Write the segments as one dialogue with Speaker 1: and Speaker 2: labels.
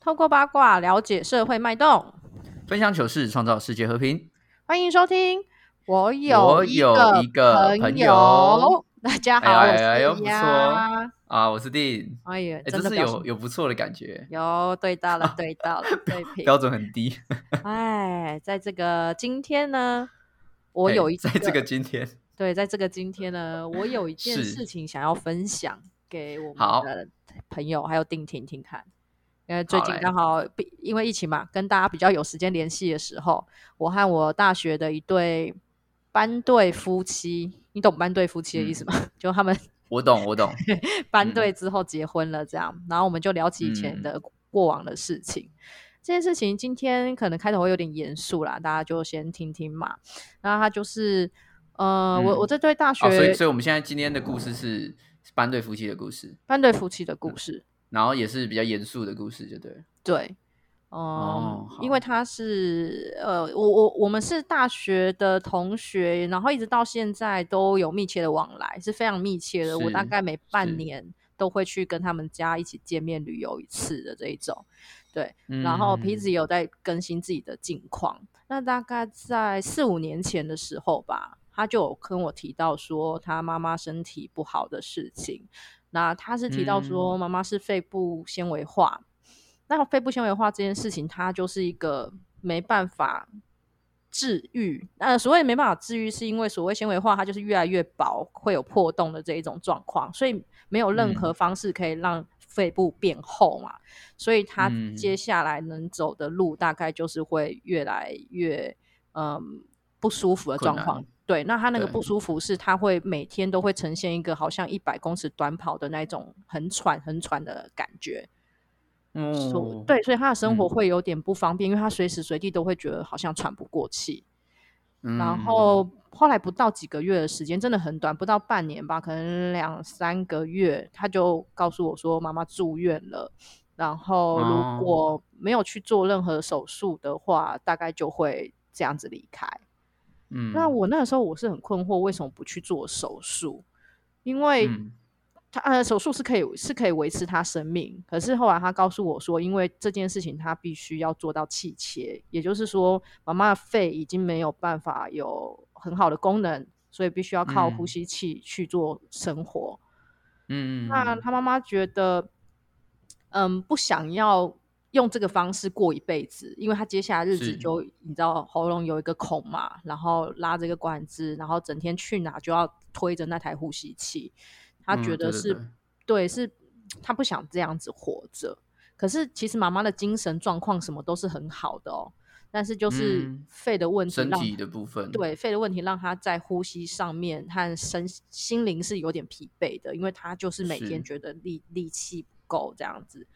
Speaker 1: 透过八卦了解社会脉动。
Speaker 2: 分享糗事，创造世界和平。
Speaker 1: 欢迎收听，我
Speaker 2: 我
Speaker 1: 有
Speaker 2: 有一个
Speaker 1: 朋
Speaker 2: 朋友
Speaker 1: 大家好，
Speaker 2: 哎呀哎呀
Speaker 1: 我是丫
Speaker 2: 不啊，我是 Dean，
Speaker 1: 哎呀，
Speaker 2: 哎，
Speaker 1: 真
Speaker 2: 这
Speaker 1: 的
Speaker 2: 是
Speaker 1: 表现
Speaker 2: 有有不错的感觉，
Speaker 1: 有对到了，对到了， 对平。
Speaker 2: 标准很低。
Speaker 1: 哎，在这个今天呢，我
Speaker 2: 哎
Speaker 1: 有一
Speaker 2: 在这个今天，
Speaker 1: 对，在这个今天呢，我有一件
Speaker 2: 是
Speaker 1: 事情想要分享给我
Speaker 2: 好
Speaker 1: 们的朋友，还有丁婷听看。因为最
Speaker 2: 好
Speaker 1: 近
Speaker 2: 嘞
Speaker 1: 刚好比因为疫情嘛，跟大家比较有时间联系的时候，我和我大学的一对班对夫妻，你懂班对夫妻的意思吗？ 就他们
Speaker 2: 我懂，我懂。
Speaker 1: 班
Speaker 2: 嗯
Speaker 1: 对之后结婚了，这样，然后我们就聊起以前
Speaker 2: 嗯
Speaker 1: 的过往的事情。这件事情今天可能开头会有点严肃啦，大家就先听听嘛。然后他就是，呃，我我
Speaker 2: 嗯
Speaker 1: 这对大学、
Speaker 2: 哦，所以，所以我们现在今天的故事是班对夫妻的故事，
Speaker 1: 班对夫妻的
Speaker 2: 嗯
Speaker 1: 故事。
Speaker 2: 然后也是比较严肃的故事，就对了。
Speaker 1: 对，嗯，
Speaker 2: 哦
Speaker 1: 因为
Speaker 2: 好
Speaker 1: 他是呃，我我我们是大学的同学，然后一直到现在都有密切的往来，是非常密切的。我大
Speaker 2: 是
Speaker 1: 概每
Speaker 2: 是
Speaker 1: 半年都会去跟他们家一起见面旅游一次的这一种。
Speaker 2: 嗯
Speaker 1: 然后皮子也有在更新自己的近况。那大概在四五年前的时候吧，他就有跟我提到说他妈妈身体不好的事情。那他是提到
Speaker 2: 嗯
Speaker 1: 说妈妈是肺部纤维化，那肺部纤维化这件事情，它就是一个没办法。治愈，那所谓没办法治愈，是因为所谓纤维化，它就是越来越薄，会有破洞的这一种状况，所以没有任
Speaker 2: 嗯
Speaker 1: 何方式可以让肺部变厚嘛。所以他
Speaker 2: 嗯
Speaker 1: 接下来能走的路大概就是会越来越嗯不舒服的
Speaker 2: 困
Speaker 1: 状
Speaker 2: 难
Speaker 1: 况。对，那他那个
Speaker 2: 对
Speaker 1: 不舒服是他会每天都会呈现一个好像一百公尺短跑的那种很喘很喘的感觉。所
Speaker 2: 哦，
Speaker 1: 对，所以他的生活
Speaker 2: 嗯
Speaker 1: 会有点不方便，因为他随时随地都会觉得好像喘不过气。
Speaker 2: 嗯，
Speaker 1: 然后后来不到几个月的时间，真的很短，不到半年吧，可能两三个月，他就告诉我说妈妈住院了，然后
Speaker 2: 哦
Speaker 1: 如果没有去做任何手术的话，大概就会这样子离开。
Speaker 2: 嗯，
Speaker 1: 那我那个时候我是很困惑，为什么不去做手术？因为
Speaker 2: 嗯
Speaker 1: 他呃手术是可以是可以维持他生命，可是后来他告诉我说，因为这件事情他必须要做到气切，也就是说妈妈的肺已经没有办法有很好的功能，所以必须要靠呼
Speaker 2: 嗯
Speaker 1: 吸器去做生活。
Speaker 2: 嗯，嗯
Speaker 1: 那
Speaker 2: 嗯
Speaker 1: 他妈妈觉得，嗯，不想要用这个方式过一辈子，因为他接下来日子
Speaker 2: 是
Speaker 1: 就你知道喉咙有一个孔嘛，然后拉着一个管子，然后整天去哪就要推着那台呼吸器，他
Speaker 2: 嗯
Speaker 1: 觉
Speaker 2: 对
Speaker 1: 得
Speaker 2: 对
Speaker 1: 是、
Speaker 2: 对
Speaker 1: 对是他不想这样子活着。可是其实妈妈的精神状况什么都是很好的哦，但是就是
Speaker 2: 嗯
Speaker 1: 肺的问题
Speaker 2: 身
Speaker 1: 让
Speaker 2: 体的部分，
Speaker 1: 对肺的问题，让他在呼吸上面和身心灵是有点疲惫的，因为他就是每天
Speaker 2: 是
Speaker 1: 觉得力力气不够这样子。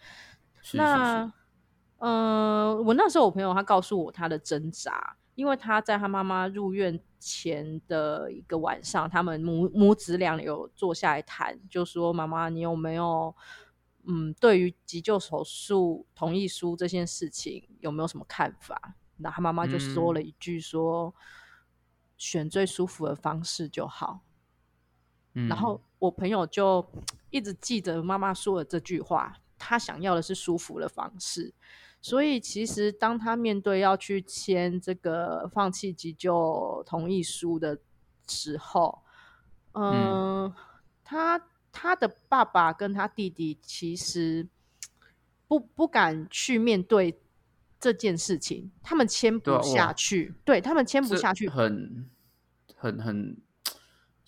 Speaker 2: 是，是
Speaker 1: 那
Speaker 2: 是
Speaker 1: 呃，我那时候我朋友他告诉我他的挣扎，因为他在他妈妈入院前的一个晚上，他们母母子俩有坐下来谈，就说妈妈，你有没有嗯，对于急救手术同意书这件事情有没有什么看法？那他妈妈就说
Speaker 2: 嗯
Speaker 1: 了一句说，选最舒服的方式就好。
Speaker 2: 嗯
Speaker 1: 然后我朋友就一直记得妈妈说的这句话，她想要的是舒服的方式。所以其实当他面对要去签这个放弃急救同意书的时候，嗯，他他的爸爸跟他弟弟其实不不敢去面对这件事情，他们签
Speaker 2: 对啊
Speaker 1: 不
Speaker 2: 哇
Speaker 1: 下去，对他们签
Speaker 2: 嗯
Speaker 1: 不
Speaker 2: 这
Speaker 1: 下去，
Speaker 2: 很很很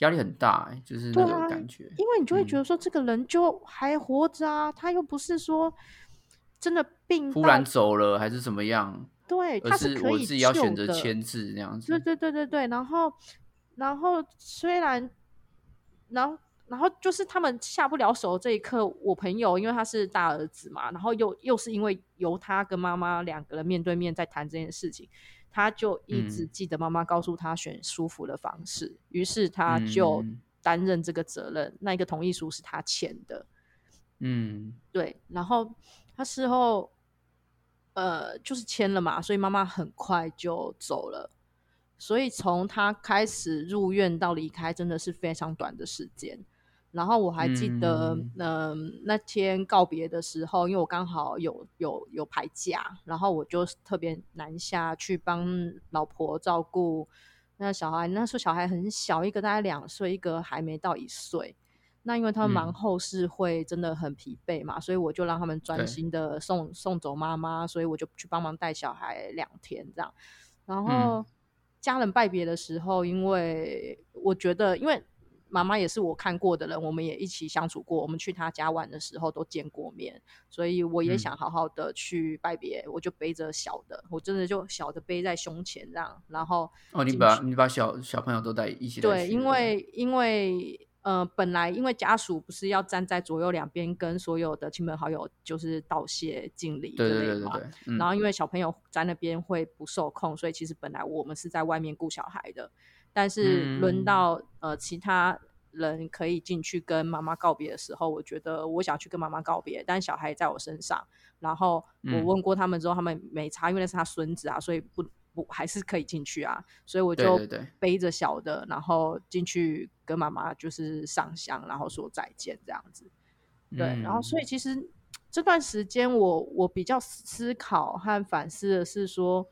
Speaker 2: 压力很大欸，就是
Speaker 1: 对
Speaker 2: 那种
Speaker 1: 啊
Speaker 2: 感觉，
Speaker 1: 因为你就会觉
Speaker 2: 嗯
Speaker 1: 得说，这个人就还活着啊，他又不是说真的病
Speaker 2: 突
Speaker 1: 到
Speaker 2: 然走了还是怎么样，
Speaker 1: 对，他
Speaker 2: 而是
Speaker 1: 可
Speaker 2: 我
Speaker 1: 以
Speaker 2: 自己要
Speaker 1: 救
Speaker 2: 选择
Speaker 1: 的
Speaker 2: 签字那样子
Speaker 1: 对。对对对对，然后然后虽然，然后然后就是他们下不了手这一刻，我朋友因为他是大儿子嘛，然后又又是因为由他跟妈妈两个人面对面在谈这件事情，他就一直
Speaker 2: 嗯
Speaker 1: 记得妈妈告诉他选舒服的方式，于是他就
Speaker 2: 嗯
Speaker 1: 担任这个责任，那一个同意书是他签的。
Speaker 2: 嗯
Speaker 1: 对，然后他事后呃就是签了嘛，所以妈妈很快就走了。所以从他开始入院到离开，真的是非常短的时间。然后我还记得，嗯、呃那天告别的时候，因为我刚好有有有排假，然后我就特别南下去帮老婆照顾那小孩。那时候小孩很小，一个大概两岁，一个还没到一岁。那因为他们忙后事会真的很疲惫嘛，嗯、所以我就让他们专心的送送走妈妈，所以我就去帮忙带小孩两天这样。然后家人拜别的时候，因为我觉得，因为妈妈也是我看过的人，我们也一起相处过，我们去她家玩的时候都见过面，所以我也想好好的去拜别，嗯、我就背着小的，我真的就小的背在胸前这样。然后
Speaker 2: 哦，你把你把小小朋友都带一起
Speaker 1: 对，因为因为。呃，本来因为家属不是要站在左右两边跟所有的亲朋好友就是道谢敬礼之类嘛，嗯、然后因为小朋友在那边会不受控，所以其实本来我们是在外面顾小孩的，但是轮到、嗯、呃其他人可以进去跟妈妈告别的时候，我觉得我想去跟妈妈告别，但小孩在我身上，然后我问过他们之后，他们没差，因为那是他孙子啊，所以不。我还是可以进去啊，所以我就
Speaker 2: 嗯
Speaker 1: 背着小的，
Speaker 2: 对对对
Speaker 1: 然后进去跟妈妈就是上香，然后说再见这样子。对，嗯、然后所以其实这段时间我我比较思考和反思的是说，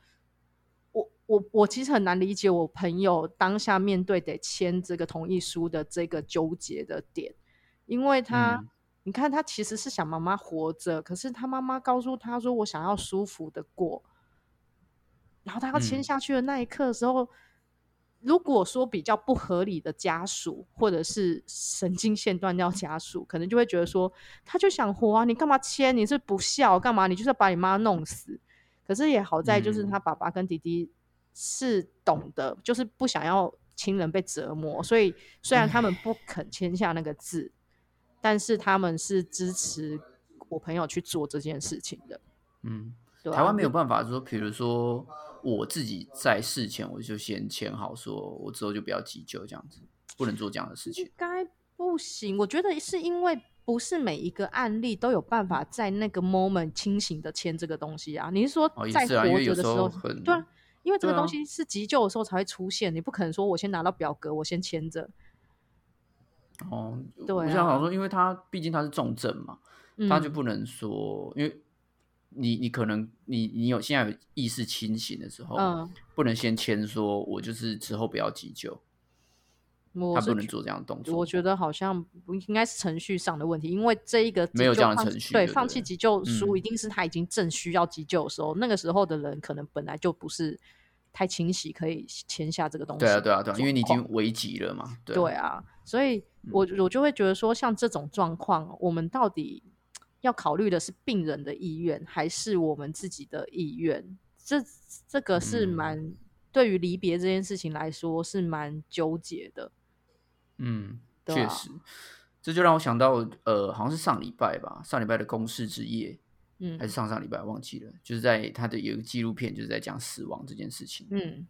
Speaker 1: 我我我其实很难理解我朋友当下面对得签这个同意书的这个纠结的点，因为他、嗯、你看他其实是想妈妈活着，可是他妈妈告诉他说我想要舒服的过。然后他要
Speaker 2: 嗯
Speaker 1: 签下去的那一刻的时候，嗯、如果说比较不合理的家属，或者是神经线断掉家属，可能就会觉得说，他就想活啊，你干嘛签？你是不孝干嘛？你就是要把你妈弄死。可是也好在，就是他
Speaker 2: 嗯
Speaker 1: 爸爸跟弟弟是懂的，嗯、就是不想要亲人被折磨，所以虽然他们不肯签下那个字，但是他们是支持我朋友去做这件事情的。
Speaker 2: 嗯。台
Speaker 1: 啊
Speaker 2: 湾没有办法说，比如说我自己在事前我就先签好，说我之后就不要急救这样子，不能做这样的事情。
Speaker 1: 应该不行，我觉得是因为不是每一个案例都有办法在那个 moment 清醒的签这个东西啊。你是说在活着的时候，
Speaker 2: 哦啊、時
Speaker 1: 候对啊，因为这个东西是急救的时候才会出现，啊、你不可能说我先拿到表格，我先签着。
Speaker 2: 哦，
Speaker 1: 对、啊，
Speaker 2: 我想好说，因为他毕竟他是重症嘛，嗯、他就不能说因为。你你可能你你有现在有意识清醒的时候，嗯、不能先签说，我就是之后不要急救，他不能做这样的动作。
Speaker 1: 我觉得好像应该是程序上的问题，因为这一个
Speaker 2: 没有这样的程序，
Speaker 1: 对，放弃急救
Speaker 2: 嗯
Speaker 1: 书一定是他已经正需要急救的时候，嗯、那个时候的人可能本来就不是太清晰，可以签下这个东西。
Speaker 2: 对啊，对啊，对啊，因为你已经危急了嘛。对啊，嗯
Speaker 1: 對啊所以我我就会觉得说，像这种状况，我们到底？要考虑的是病人的意愿还是我们自己的意愿？这这个是蛮、嗯、对于离别这件事情来说是蛮纠结的。
Speaker 2: 嗯，
Speaker 1: 啊、
Speaker 2: 确实，这就让我想到，呃，好像是上礼拜吧，上礼拜的公示之夜，
Speaker 1: 嗯，
Speaker 2: 还是上上礼拜忘记了，就是在他的有一个纪录片，就是在讲死亡这件事情。
Speaker 1: 嗯，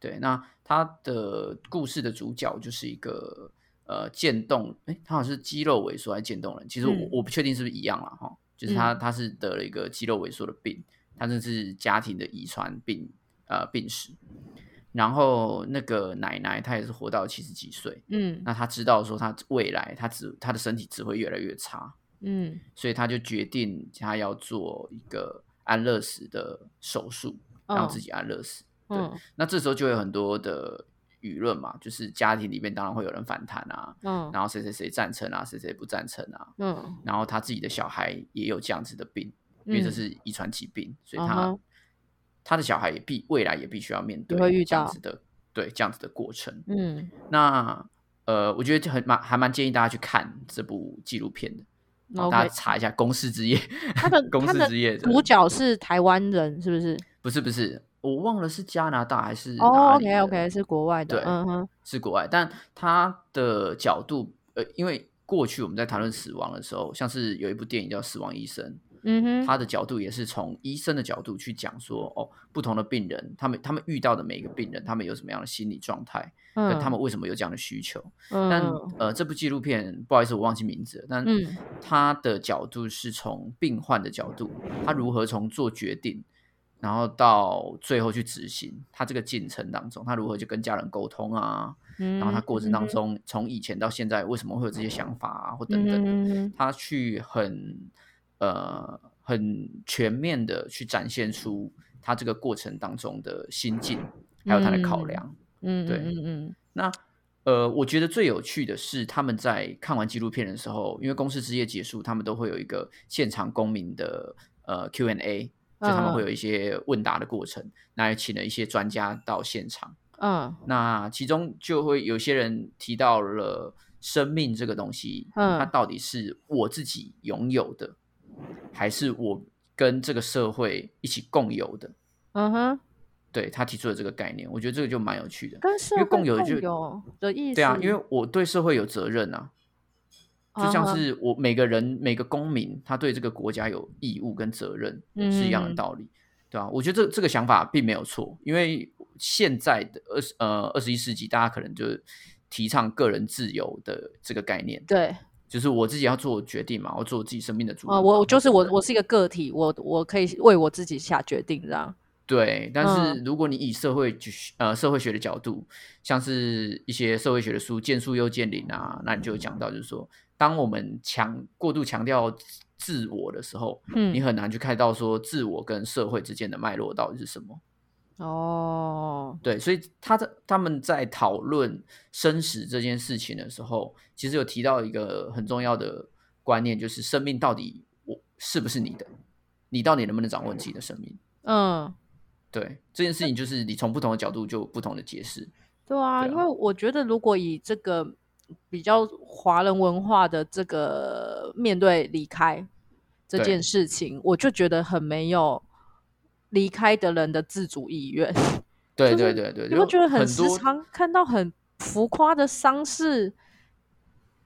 Speaker 2: 对，那他的故事的主角就是一个。呃，渐冻，哎，他好像是肌肉萎缩还是渐冻人？其实我、嗯、我不确定是不是一样了哈。就是他、嗯、他是得了一个肌肉萎缩的病，他这是家庭的遗传病呃病史。然后那个奶奶她也是活到七十几岁，
Speaker 1: 嗯，
Speaker 2: 那她知道说她未来她只她的身体只会越来越差，
Speaker 1: 嗯，
Speaker 2: 所以她就决定她要做一个安乐死的手术，让自己安乐死。
Speaker 1: 哦、
Speaker 2: 对，
Speaker 1: 嗯、
Speaker 2: 那这时候就有很多的。舆论嘛，就是家庭里面当然会有人反弹啊，
Speaker 1: 嗯，
Speaker 2: 然后谁谁谁赞成啊，谁谁不赞成啊，
Speaker 1: 嗯，
Speaker 2: 然后他自己的小孩也有这样子的病，嗯、因为这是遗传疾病，所以他、
Speaker 1: 嗯、
Speaker 2: 他的小孩也必未来也必须要面对这样子的对这样子的过程，
Speaker 1: 嗯，
Speaker 2: 那呃，我觉得很蛮还蛮建议大家去看这部纪录片的，然后大家查一下《公司之夜》，
Speaker 1: 他的
Speaker 2: 公司之夜
Speaker 1: 的主角是台湾人，是不是？
Speaker 2: 不是不是。我忘了是加拿大还是
Speaker 1: 哦、oh,，OK OK，是国外的，
Speaker 2: 对，
Speaker 1: 嗯哼，
Speaker 2: 是国外，但他的角度，呃，因为过去我们在谈论死亡的时候，像是有一部电影叫《死亡医生》，
Speaker 1: 嗯哼，
Speaker 2: 他的角度也是从医生的角度去讲说，哦，不同的病人，他们他们遇到的每一个病人，他们有什么样的心理状态，
Speaker 1: 嗯，
Speaker 2: 跟他们为什么有这样的需求，
Speaker 1: 嗯、嗯
Speaker 2: 但呃，这部纪录片不好意思，我忘记名字了，但他的角度是从病患的角度，他如何从做决定。然后到最后去执行，他这个进程当中，他如何去跟家人沟通啊？
Speaker 1: 嗯，
Speaker 2: 然后他过程当中，从以前到现在，为什么会有这些想法啊，或等等的，
Speaker 1: 嗯
Speaker 2: 他去很呃很全面的去展现出他这个过程当中的心境，还有他的考量。
Speaker 1: 嗯，
Speaker 2: 对
Speaker 1: 嗯嗯嗯
Speaker 2: 那呃，我觉得最有趣的是，他们在看完纪录片的时候，因为公司之夜结束，他们都会有一个现场公民的呃 Q&A，就他们
Speaker 1: 嗯
Speaker 2: 会有一些问答的过程，那也请了一些专家到现场。
Speaker 1: 嗯
Speaker 2: 那其中就会有些人提到了生命这个东西，
Speaker 1: 嗯
Speaker 2: 它到底是我自己拥有的，还是我跟这个社会一起共有的？
Speaker 1: 嗯哼，
Speaker 2: 对他提出了这个概念，我觉得这个就蛮有趣的。
Speaker 1: 跟社
Speaker 2: 因为
Speaker 1: 会
Speaker 2: 共有
Speaker 1: 有
Speaker 2: 就
Speaker 1: 的意思，嗯
Speaker 2: 对啊，因为我对社会有责任啊，就像是我每个人每个公民，他对这个国家有义务跟责任
Speaker 1: 嗯
Speaker 2: 是一样的道理，对啊，我觉得这这个想法并没有错，因为现在的二十呃二十一世纪，大家可能就是提倡个人自由的这个概念，
Speaker 1: 对
Speaker 2: 就是我自己要做决定嘛，我做我自己生命的主
Speaker 1: 啊，
Speaker 2: 人
Speaker 1: 我
Speaker 2: 嘛
Speaker 1: 我就是我，我是一个个体，我我可以为我自己下决定这样。
Speaker 2: 对，但是
Speaker 1: 嗯
Speaker 2: 如果你以社会学呃社会学的角度，像是一些社会学的书《见树又见林》啊，那你就有讲到，就是说，当我们强过度强调自我的时候，你
Speaker 1: 嗯，
Speaker 2: 很难去看到说自我跟社会之间的脉络到底是什么。
Speaker 1: 哦，
Speaker 2: 对，所以他在他们在讨论生死这件事情的时候，其实有提到一个很重要的观念，就是生命到底我是不是你的，你到底能不能掌握你自己的生命。
Speaker 1: 嗯，
Speaker 2: 对这件事情，就是你从不同的角度就有不同的解释。
Speaker 1: 对啊，
Speaker 2: 对
Speaker 1: 因
Speaker 2: 啊
Speaker 1: 为我觉得如果以这个比较华人文化的这个面对离开这
Speaker 2: 对
Speaker 1: 件事情，我就觉得很没有离开的人的自主意愿。
Speaker 2: 对
Speaker 1: 就是
Speaker 2: 对对对，
Speaker 1: 你会
Speaker 2: 就
Speaker 1: 觉得
Speaker 2: 很
Speaker 1: 时
Speaker 2: 多
Speaker 1: 常看到很浮夸的丧事，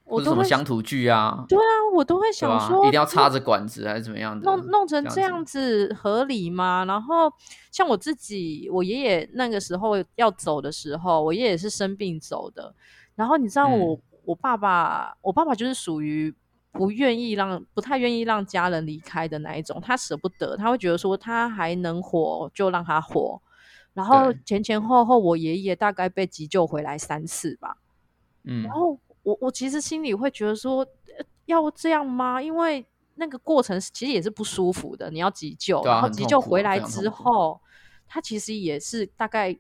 Speaker 2: 或
Speaker 1: 我
Speaker 2: 者
Speaker 1: 都
Speaker 2: 什
Speaker 1: 会
Speaker 2: 么乡土剧啊，
Speaker 1: 对啊，我都会
Speaker 2: 对
Speaker 1: 想
Speaker 2: 吧？
Speaker 1: 说，
Speaker 2: 一定要插着管子还是怎么样的，
Speaker 1: 弄弄成
Speaker 2: 这
Speaker 1: 这
Speaker 2: 样
Speaker 1: 样
Speaker 2: 子
Speaker 1: 子合理吗？然后像我自己，我爷爷那个时候要走的时候，我爷爷是生病走的。然后你知道
Speaker 2: 嗯
Speaker 1: 我、我爸爸，我爸爸就是属于不愿意让不太愿意让家人离开的那一种，他舍不得，他会觉得说他还能活就让他活。然后
Speaker 2: 对
Speaker 1: 前前后后，我爷爷大概被急救回来三次吧。
Speaker 2: 嗯
Speaker 1: 然，后我我其实心里会觉得说，呃要这样吗？因为那个过程是其实也是不舒服的，你要急救，
Speaker 2: 对啊
Speaker 1: 然后
Speaker 2: 很
Speaker 1: 急
Speaker 2: 痛
Speaker 1: 救
Speaker 2: 苦
Speaker 1: 回
Speaker 2: 啊
Speaker 1: 来
Speaker 2: 非常
Speaker 1: 之
Speaker 2: 痛苦
Speaker 1: 后，他其实也是大概。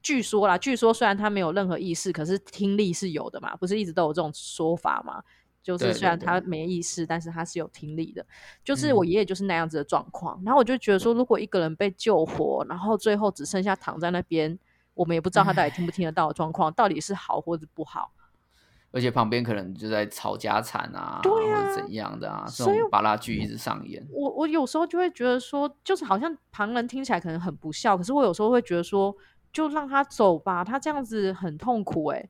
Speaker 1: 据说啦，据说虽然他没有任何意识，可是听力是有的嘛，不是一直都有这种说法嘛？就是
Speaker 2: 对
Speaker 1: 虽
Speaker 2: 对
Speaker 1: 然
Speaker 2: 对
Speaker 1: 他没意识，但是他是有听力的。就是
Speaker 2: 嗯
Speaker 1: 我爷爷就是那样子的状况，然后我就觉得说，如果一个人被救活，然后最后只剩下躺在那边，我们也不知道他到底听不听得到的状况，到底是好或者不好。
Speaker 2: 而且旁边可能就在吵家产啊，
Speaker 1: 对
Speaker 2: 或
Speaker 1: 啊
Speaker 2: 者怎样的啊，这
Speaker 1: 所以
Speaker 2: 种巴拉剧一直上演。
Speaker 1: 我我有时候就会觉得说，就是好像旁人听起来可能很不孝，可是我有时候会觉得说，就让他走吧，他这样子很痛苦诶、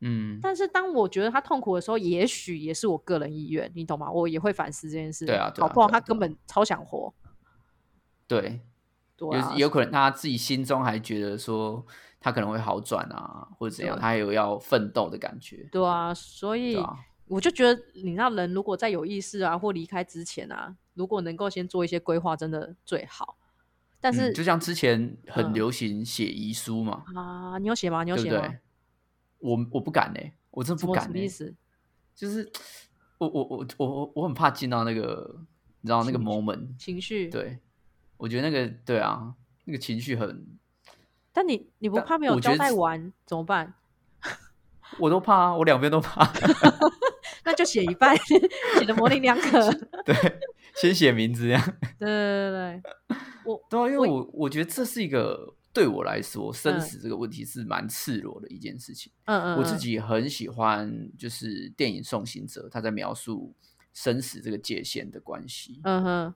Speaker 2: 嗯，
Speaker 1: 但是当我觉得他痛苦的时候，也许也是我个人意愿，你懂吗？我也会反思这件事。
Speaker 2: 对啊对
Speaker 1: 搞
Speaker 2: 啊
Speaker 1: 不好
Speaker 2: 对啊
Speaker 1: 他
Speaker 2: 对
Speaker 1: 根
Speaker 2: 啊
Speaker 1: 本超想活。
Speaker 2: 对，
Speaker 1: 对啊
Speaker 2: 有，有可能他自己心中还觉得说他可能会好转啊，或者怎样，
Speaker 1: 对
Speaker 2: 他还有要奋斗的感觉，
Speaker 1: 对啊，所以
Speaker 2: 对啊，
Speaker 1: 我就觉得，你知道，人如果在有意识啊或离开之前啊，如果能够先做一些规划，真的最好。但是、
Speaker 2: 嗯，就像之前很
Speaker 1: 嗯
Speaker 2: 流行写遗书嘛，
Speaker 1: 啊，你有写吗？你有
Speaker 2: 对不
Speaker 1: 写吗
Speaker 2: 对？？我我不敢呢、我真的
Speaker 1: 什
Speaker 2: 不
Speaker 1: 么
Speaker 2: 敢、欸。
Speaker 1: 什么意思？
Speaker 2: 就是我我我我我我很怕进到那个，你知道那个
Speaker 1: 情绪
Speaker 2: moment，
Speaker 1: 情绪？
Speaker 2: 对，我觉得那个对啊，那个情绪很，
Speaker 1: 但你你不
Speaker 2: 但
Speaker 1: 怕没有
Speaker 2: 我觉
Speaker 1: 交
Speaker 2: 得
Speaker 1: 代
Speaker 2: 是
Speaker 1: 完怎么办？
Speaker 2: 我都怕啊，我两边都怕。
Speaker 1: 那就写一半， 写的模棱两可。
Speaker 2: 对，先写名字这样。
Speaker 1: 对对对对，我
Speaker 2: 对啊，因
Speaker 1: 我
Speaker 2: 为我我觉得这是一个对我来说生
Speaker 1: 嗯
Speaker 2: 死这个问题是蛮赤裸的一件事情。
Speaker 1: 嗯嗯，
Speaker 2: 我
Speaker 1: 嗯
Speaker 2: 自己也很喜欢，就是电影《送行者》，他在描述生死这个界限的关系。
Speaker 1: 嗯哼，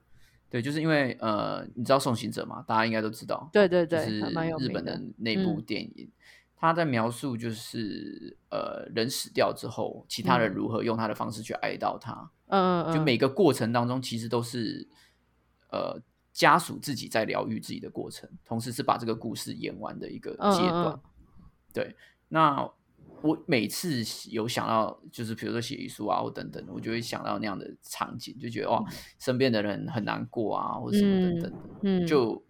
Speaker 2: 对，就是因为呃，你知道《送行者》吗？大家应该都知道。
Speaker 1: 对对
Speaker 2: 就
Speaker 1: 对，
Speaker 2: 是
Speaker 1: 还蛮有
Speaker 2: 日
Speaker 1: 名
Speaker 2: 本
Speaker 1: 的
Speaker 2: 的。那部
Speaker 1: 嗯
Speaker 2: 电影，他在描述就是呃人死掉之后，其他人
Speaker 1: 嗯
Speaker 2: 如何用他的方式去哀悼他，
Speaker 1: 嗯嗯，
Speaker 2: 就
Speaker 1: 嗯
Speaker 2: 每个过程当中其实都是呃家属自己在疗愈自己的过程，同时是把这个故事演完的一个
Speaker 1: 嗯
Speaker 2: 阶
Speaker 1: 嗯
Speaker 2: 段。
Speaker 1: 嗯
Speaker 2: 对，那我每次有想到，就是比如说写遗书啊，或等等，我就会想到那样的场景，就觉得哇，身边的人很难过啊，或什么等等的，
Speaker 1: 嗯，
Speaker 2: 就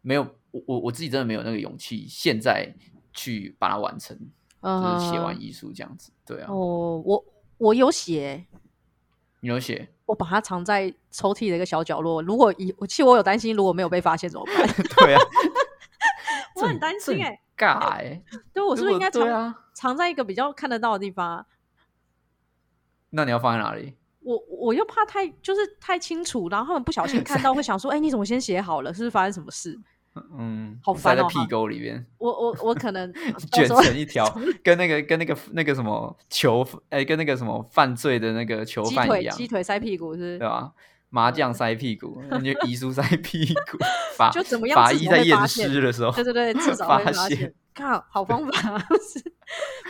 Speaker 2: 没有我我我自己真的没有那个勇气，现在去把它完成，
Speaker 1: 嗯
Speaker 2: 就是写完遗书这样子。对啊，
Speaker 1: 哦，我我有写，
Speaker 2: 你 有写？
Speaker 1: 我把它藏在抽屉的一个小角落。如果以我其实我有担心，如果没有被发现 怎么办？
Speaker 2: 对啊，
Speaker 1: 我很担心哎、
Speaker 2: 这很尬哎。
Speaker 1: 对我是不是应该
Speaker 2: 如果
Speaker 1: 藏、
Speaker 2: 对啊？
Speaker 1: 藏在一个比较看得到的地方啊？
Speaker 2: 那你要放在哪里？
Speaker 1: 我我又怕太就是太清楚，然后他们不小 心看到会想说，哎、你怎么先写好了？是不是发生什么事？
Speaker 2: 嗯，
Speaker 1: 好
Speaker 2: 塞
Speaker 1: 烦
Speaker 2: 在
Speaker 1: 哦
Speaker 2: 屁沟里面，
Speaker 1: 我我 我可能到
Speaker 2: 卷
Speaker 1: 时候
Speaker 2: 成一条，跟那个跟那个那个什么囚，哎、跟那个什么犯罪的那个囚
Speaker 1: 鸡
Speaker 2: 犯一
Speaker 1: 腿
Speaker 2: 样，
Speaker 1: 鸡腿塞屁股是
Speaker 2: 对
Speaker 1: 不是？
Speaker 2: 吧？麻将塞屁股，那你就遗书塞屁股，法
Speaker 1: 就怎么样
Speaker 2: 法
Speaker 1: 至
Speaker 2: 医
Speaker 1: 少
Speaker 2: 在
Speaker 1: 会
Speaker 2: 验
Speaker 1: 发现
Speaker 2: 尸的 时候，
Speaker 1: 对对对，至少会
Speaker 2: 哦发
Speaker 1: 发现
Speaker 2: 现。
Speaker 1: 看，好方法。 是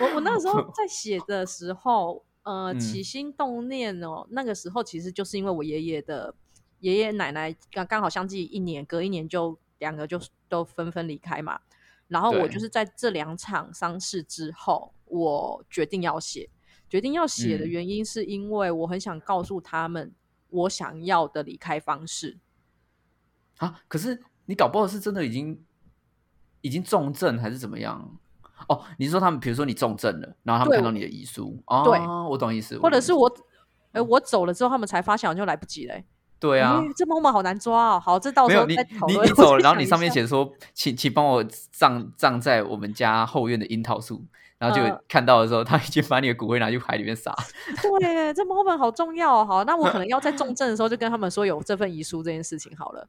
Speaker 1: 我我那个时 候在写的时候，呃，
Speaker 2: 嗯
Speaker 1: 起心动念哦，那个时候其实就是因为我爷爷的爷爷奶奶刚刚好相继一年，隔一年就两个就都纷纷离开嘛。然后我
Speaker 2: 对
Speaker 1: 就是在这两场丧事之后，我决定要写。决定要写的
Speaker 2: 嗯
Speaker 1: 原因是因为我很想告诉他们我想要的离开方式。
Speaker 2: 啊，可是你搞不好是真的已经已经重症还是怎么样？哦，你是说他们，比如说你重症了，然后他们
Speaker 1: 对
Speaker 2: 看到你的遗书，哦，
Speaker 1: 对
Speaker 2: 我懂意思，
Speaker 1: 或者
Speaker 2: 懂意
Speaker 1: 是
Speaker 2: 思
Speaker 1: 我，哎、我走了之后，他们才发现，我就来不及了、欸。
Speaker 2: 对啊，
Speaker 1: 哎这 moment 好难抓哦。好，这到
Speaker 2: 没
Speaker 1: 时候
Speaker 2: 有你
Speaker 1: 再讨
Speaker 2: 你
Speaker 1: 论。
Speaker 2: 你
Speaker 1: 我
Speaker 2: 走了，
Speaker 1: 再
Speaker 2: 然后
Speaker 1: 想
Speaker 2: 你
Speaker 1: 一
Speaker 2: 上面
Speaker 1: 下，
Speaker 2: 写说，请请帮我葬葬在我们家后院的樱桃树，然后就
Speaker 1: 嗯
Speaker 2: 看到的时候，他已经把你的骨灰拿去海里面撒，
Speaker 1: 对，这 moment 好重要哦。好，那我可能要在 重症的时候就跟他们说有这份遗书这件事情好了。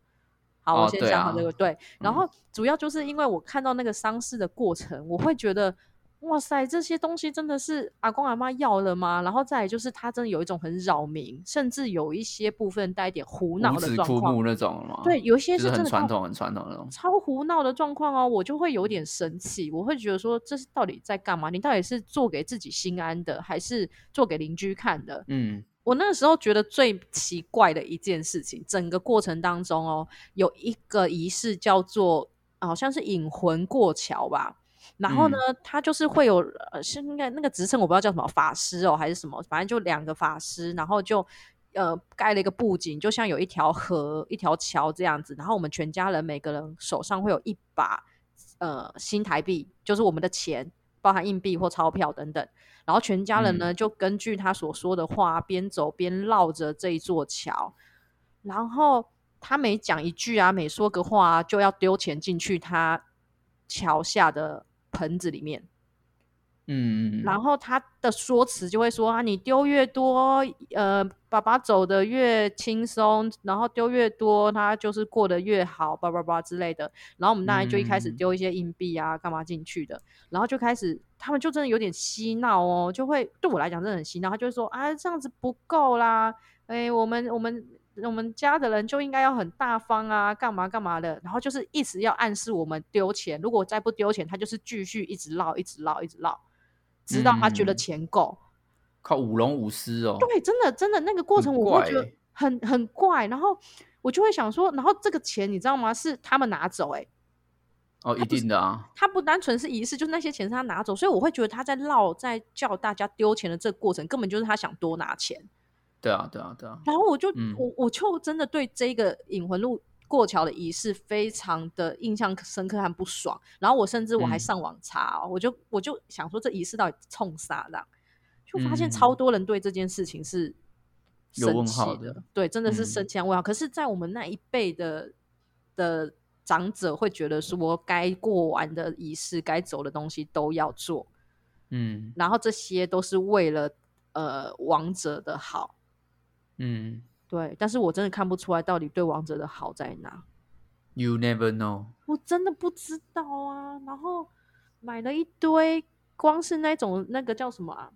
Speaker 1: 好，
Speaker 2: 哦
Speaker 1: 我先
Speaker 2: 对
Speaker 1: 想好
Speaker 2: 啊
Speaker 1: 这个。对，然后主要就是因为我看到那个丧事的过程，我会觉得。哇塞，这些东西真的是阿公阿妈要了吗？然后再来就是，他真的有一种很扰民，甚至有一些部分带一点胡闹
Speaker 2: 五
Speaker 1: 的
Speaker 2: 指
Speaker 1: 状
Speaker 2: 枯
Speaker 1: 况。
Speaker 2: 木那种嘛，
Speaker 1: 对，，有一些
Speaker 2: 就是是
Speaker 1: 真
Speaker 2: 很
Speaker 1: 的
Speaker 2: 传
Speaker 1: 到
Speaker 2: 统、很传统的那种。
Speaker 1: 超胡闹的状况哦，我就会有点生气，我会觉得说这是到底在干嘛？你到底是做给自己心安的，还是做给邻居看的？
Speaker 2: 嗯，
Speaker 1: 我那个时候觉得最奇怪的一件事情，整个过程当中哦，有一个仪式叫做好像是引魂过桥吧。然后呢，他就是会有呃，是应该那个职称我不知道叫什么法师哦，还是什么，反正就两个法师，然后就呃盖了一个布景，就像有一条河、一条桥这样子。然后我们全家人每个人手上会有一把呃新台币，就是我们的钱，包含硬币或钞票等等。然后全家人呢，就根据他所说的话，边走边绕着这一座桥，然后他每讲一句啊，每说个话、啊，就要丢钱进去他桥下的盆子里面。
Speaker 2: 嗯嗯，
Speaker 1: 然后他的说辞就会说啊，你丢越多，呃，爸爸走的越轻松，然后丢越多，他就是过得越好，叭叭叭之类的。然后我们当然就一开始
Speaker 2: 嗯
Speaker 1: 丢一些硬币啊，干嘛进去的，然后就开始他们就真的有点嬉闹哦，就会对我来讲真的很嬉闹，他就会说啊，这样子不够啦，哎，我们我们。我们家的人就应该要很大方啊，干嘛干嘛的，然后就是一直要暗示我们丢钱，如果再不丢钱，他就是继续一直绕，一直绕，一直绕，直到他觉得
Speaker 2: 嗯
Speaker 1: 钱够。
Speaker 2: 靠舞龙舞狮哦，
Speaker 1: 对，真的真的那个过
Speaker 2: 很
Speaker 1: 程我会
Speaker 2: 怪
Speaker 1: 觉得
Speaker 2: 欸
Speaker 1: 很很怪，然后我就会想说，然后这个钱你知道吗？是他们拿走、欸，
Speaker 2: 哦，一定的啊，
Speaker 1: 他不单纯是仪式，就是那些钱是他拿走，所以我会觉得他在绕，在叫大家丢钱的这个过程，根本就是他想多拿钱。
Speaker 2: 对啊，对啊，对啊，
Speaker 1: 然后我就、
Speaker 2: 嗯
Speaker 1: 我我就真的对这个引魂路过桥的仪式非常的印象深刻和不爽。然后我甚至我还
Speaker 2: 嗯
Speaker 1: 上网查、哦，我就我就想说这仪式到底冲啥的啊，就发现
Speaker 2: 嗯
Speaker 1: 超多人对这件事情是
Speaker 2: 有
Speaker 1: 生
Speaker 2: 问
Speaker 1: 气
Speaker 2: 号
Speaker 1: 的
Speaker 2: 的，
Speaker 1: 对，真的是
Speaker 2: 嗯
Speaker 1: 生气和啊问号。可是，在我们那一辈的的长者会觉得说，该过完的仪式、该走的东西都要做，
Speaker 2: 嗯
Speaker 1: 然后这些都是为了呃王者的好。
Speaker 2: 嗯
Speaker 1: 对，但是我真的看不出来到底对王者的好在哪，
Speaker 2: ，You never know，
Speaker 1: 我真的不知道啊。然后买了一堆，光是那种那个叫什么啊，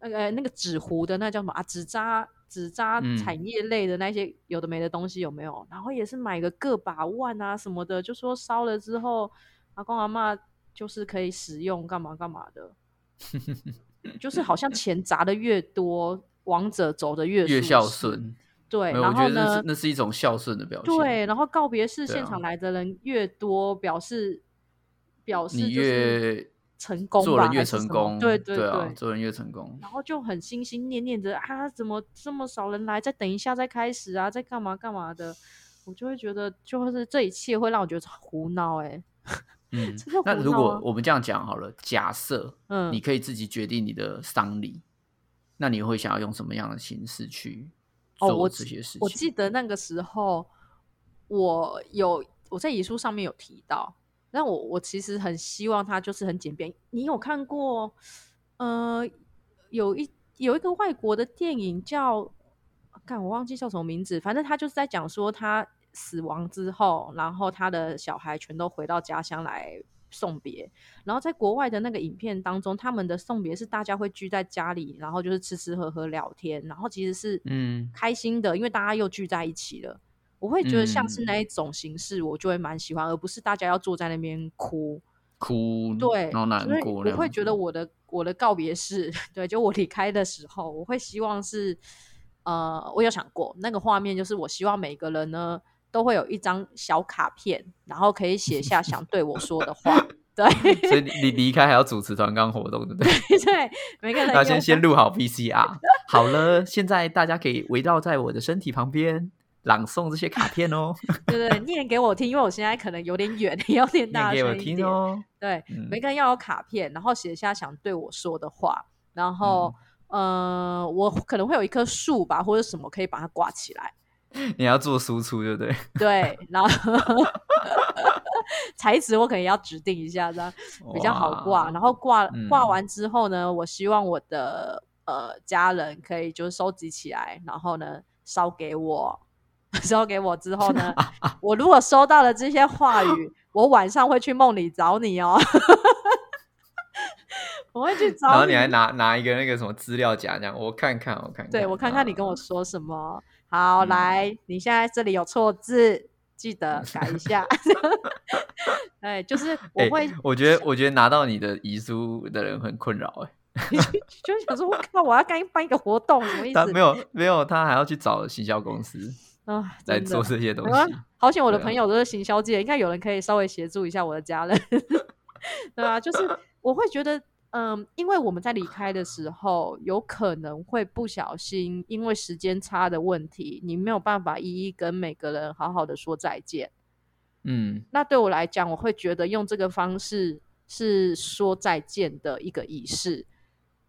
Speaker 1: 那个那个纸糊的，那叫什么啊？纸扎纸扎
Speaker 2: 嗯
Speaker 1: 产业类的那些、有的没的东西有没有？然后也是买个个把万啊什么的，就说烧了之后，阿公阿嬷就是可以使用干嘛干嘛 的，就是好像钱砸的越多，王者走的越
Speaker 2: 越
Speaker 1: 舒
Speaker 2: 孝
Speaker 1: 适。
Speaker 2: 顺，
Speaker 1: 对，
Speaker 2: 没有，
Speaker 1: 然
Speaker 2: 我
Speaker 1: 后
Speaker 2: 觉得
Speaker 1: 呢？
Speaker 2: 那是那是一种孝顺的表现，
Speaker 1: 对，然后告别式
Speaker 2: 对
Speaker 1: 现
Speaker 2: 啊
Speaker 1: 场来的人越多，表示表示
Speaker 2: 你
Speaker 1: 就是
Speaker 2: 越
Speaker 1: 成功吧，
Speaker 2: 做人越
Speaker 1: 还是
Speaker 2: 成
Speaker 1: 什么
Speaker 2: 功，
Speaker 1: 对对
Speaker 2: 啊，做人越成功，
Speaker 1: 然后就很心心念念着啊，怎么这么少人来？再等一下再开始啊，再干嘛干嘛的，我就会觉得就是这一切会让我觉得胡闹哎、
Speaker 2: 嗯
Speaker 1: 真的。
Speaker 2: 那
Speaker 1: 胡
Speaker 2: 如
Speaker 1: 闹
Speaker 2: 果
Speaker 1: 啊
Speaker 2: 我们这样讲好了，假设
Speaker 1: 嗯，
Speaker 2: 你可以自己决定你的丧礼，那你会想要用什么样的形式去
Speaker 1: 哦我记
Speaker 2: 做这些事
Speaker 1: 我
Speaker 2: 情？
Speaker 1: 记得那个时候，我有我在遗书上面有提到，但我我其实很希望它就是很简便。你有看过，呃，有一有一个外国的电影叫，看我忘记叫什么名字，反正他就是在讲说他死亡之后，然后他的小孩全都回到家乡来送别。然后在国外的那个影片当中，他们的送别是大家会聚在家里，然后就是吃吃喝喝聊天，然后其实是
Speaker 2: 嗯
Speaker 1: 开心的，因为大家又聚在一起了。我会觉得像是
Speaker 2: 嗯
Speaker 1: 那一种形式，我就会蛮喜欢，而不是大家要坐在那边哭。
Speaker 2: 哭，
Speaker 1: 对，
Speaker 2: 然后难
Speaker 1: 所以
Speaker 2: 过那样子，
Speaker 1: 我会觉得我的我的告别式， 对，就我离开的时候，我会希望是，呃，我有想过那个画面，就是我希望每个人呢都会有一张小卡片，然后可以写下想对我说的 话。对
Speaker 2: 所以你你离开还要主持团纲活动，对不对？
Speaker 1: 对，每个人
Speaker 2: 那
Speaker 1: 用
Speaker 2: 先先录好 PCR，好了，现在大家可以围绕在我的身体旁边朗诵这些卡片哦，
Speaker 1: 对对，念给我听，因为我现在可能有点远， 也要念
Speaker 2: 念
Speaker 1: 大
Speaker 2: 给
Speaker 1: 声
Speaker 2: 我
Speaker 1: 一
Speaker 2: 听
Speaker 1: 点。
Speaker 2: 哦。
Speaker 1: 对，
Speaker 2: 嗯
Speaker 1: 每个人要有卡片，然后写下想对我说的话，然后、
Speaker 2: 嗯
Speaker 1: 呃，我可能会有一棵树吧，或者什么可以把它挂起来，
Speaker 2: 你要做输出，对不对？
Speaker 1: 对，然后 材质我可能要指定一下，这样比较好挂。
Speaker 2: 哇
Speaker 1: 然后挂
Speaker 2: 嗯
Speaker 1: 挂完之后呢，我希望我的呃家人可以就是收集起来，然后呢烧给我。 烧给我之后 呢，我如果收到了这些话语，我晚上会去梦里找你哦。 我会去
Speaker 2: 然
Speaker 1: 找
Speaker 2: 后
Speaker 1: 你，
Speaker 2: 你还 拿拿一个那个什么资料夹，这样我看看，我看看。啊
Speaker 1: 对我看看你跟
Speaker 2: 我
Speaker 1: 我说什么。好，
Speaker 2: 嗯
Speaker 1: 来，你现在这里有错字，记得改一下。 对，就是我会、
Speaker 2: 哎 我觉得我觉得拿到你的遗书的人很困扰哎、
Speaker 1: 就想说，我靠，我要干办一个活动，什么意
Speaker 2: 他
Speaker 1: 思？
Speaker 2: 没有没有，他还要去找行销 公司
Speaker 1: 啊，
Speaker 2: 来
Speaker 1: 真的
Speaker 2: 做这些东
Speaker 1: 没关
Speaker 2: 西
Speaker 1: 系。好险，我的
Speaker 2: 对啊
Speaker 1: 朋友都是行销界，应该有人可以稍微协助一下我的家人， 对啊，就是我会觉得，嗯，因为我们在离开的时候，有可能会不小心，因为时间差的问题，你没有办法一一跟每个人好好的说再见。
Speaker 2: 嗯
Speaker 1: 那对我来讲，我会觉得用这个方式是说再见的一个仪式，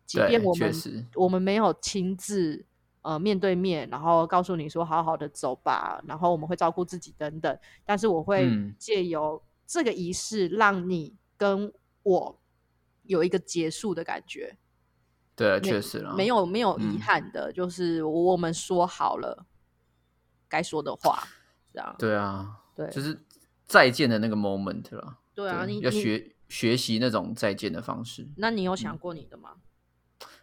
Speaker 1: 即便
Speaker 2: 对
Speaker 1: 我
Speaker 2: 确
Speaker 1: 们
Speaker 2: 实
Speaker 1: 我们没有亲自呃面对面，然后告诉你说好好的走吧，然后我们会照顾自己等等，但是我会
Speaker 2: 嗯
Speaker 1: 借由这个仪式让你跟我有一个结束的感觉，
Speaker 2: 对，啊确实啦，
Speaker 1: 没有没有遗
Speaker 2: 嗯
Speaker 1: 憾的，就是我们说好了该说的话，这样
Speaker 2: 对啊，
Speaker 1: 对
Speaker 2: 就是再见的那个 moment 啦。
Speaker 1: 对啊，你
Speaker 2: 要
Speaker 1: 你
Speaker 2: 学嗯学习那种再见的方式。
Speaker 1: 那你有想过你的吗？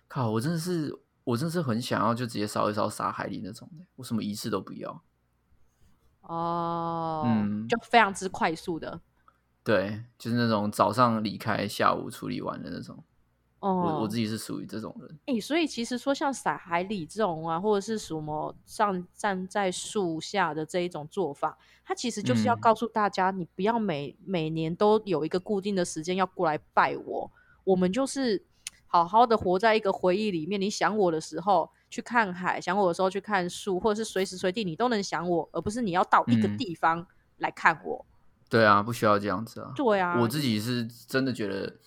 Speaker 2: 靠，我真的是，我真的是很想要就直接烧一烧撒海里那种的，我什么仪式都不要。
Speaker 1: 哦，
Speaker 2: 嗯
Speaker 1: 就非常之快速的。
Speaker 2: 对，就是那种早上离开，下午处理完的那种。
Speaker 1: 哦，
Speaker 2: 我我自己是属于这种人。
Speaker 1: 哎、所以其实说像撒海里这种啊，或者是什么上站在树下的这一种做法，它其实就是要
Speaker 2: 嗯
Speaker 1: 告诉大家，你不要每每年都有一个固定的时间要过来拜我，我们就是好好的活在一个回忆里面。你想我的时候去看海，想我的时候去看树，或者是随时随地你都能想我，而不是你要到一个
Speaker 2: 嗯
Speaker 1: 地方来看我。
Speaker 2: 对啊，不需要这样子啊。
Speaker 1: 对啊，
Speaker 2: 我自己是真的觉得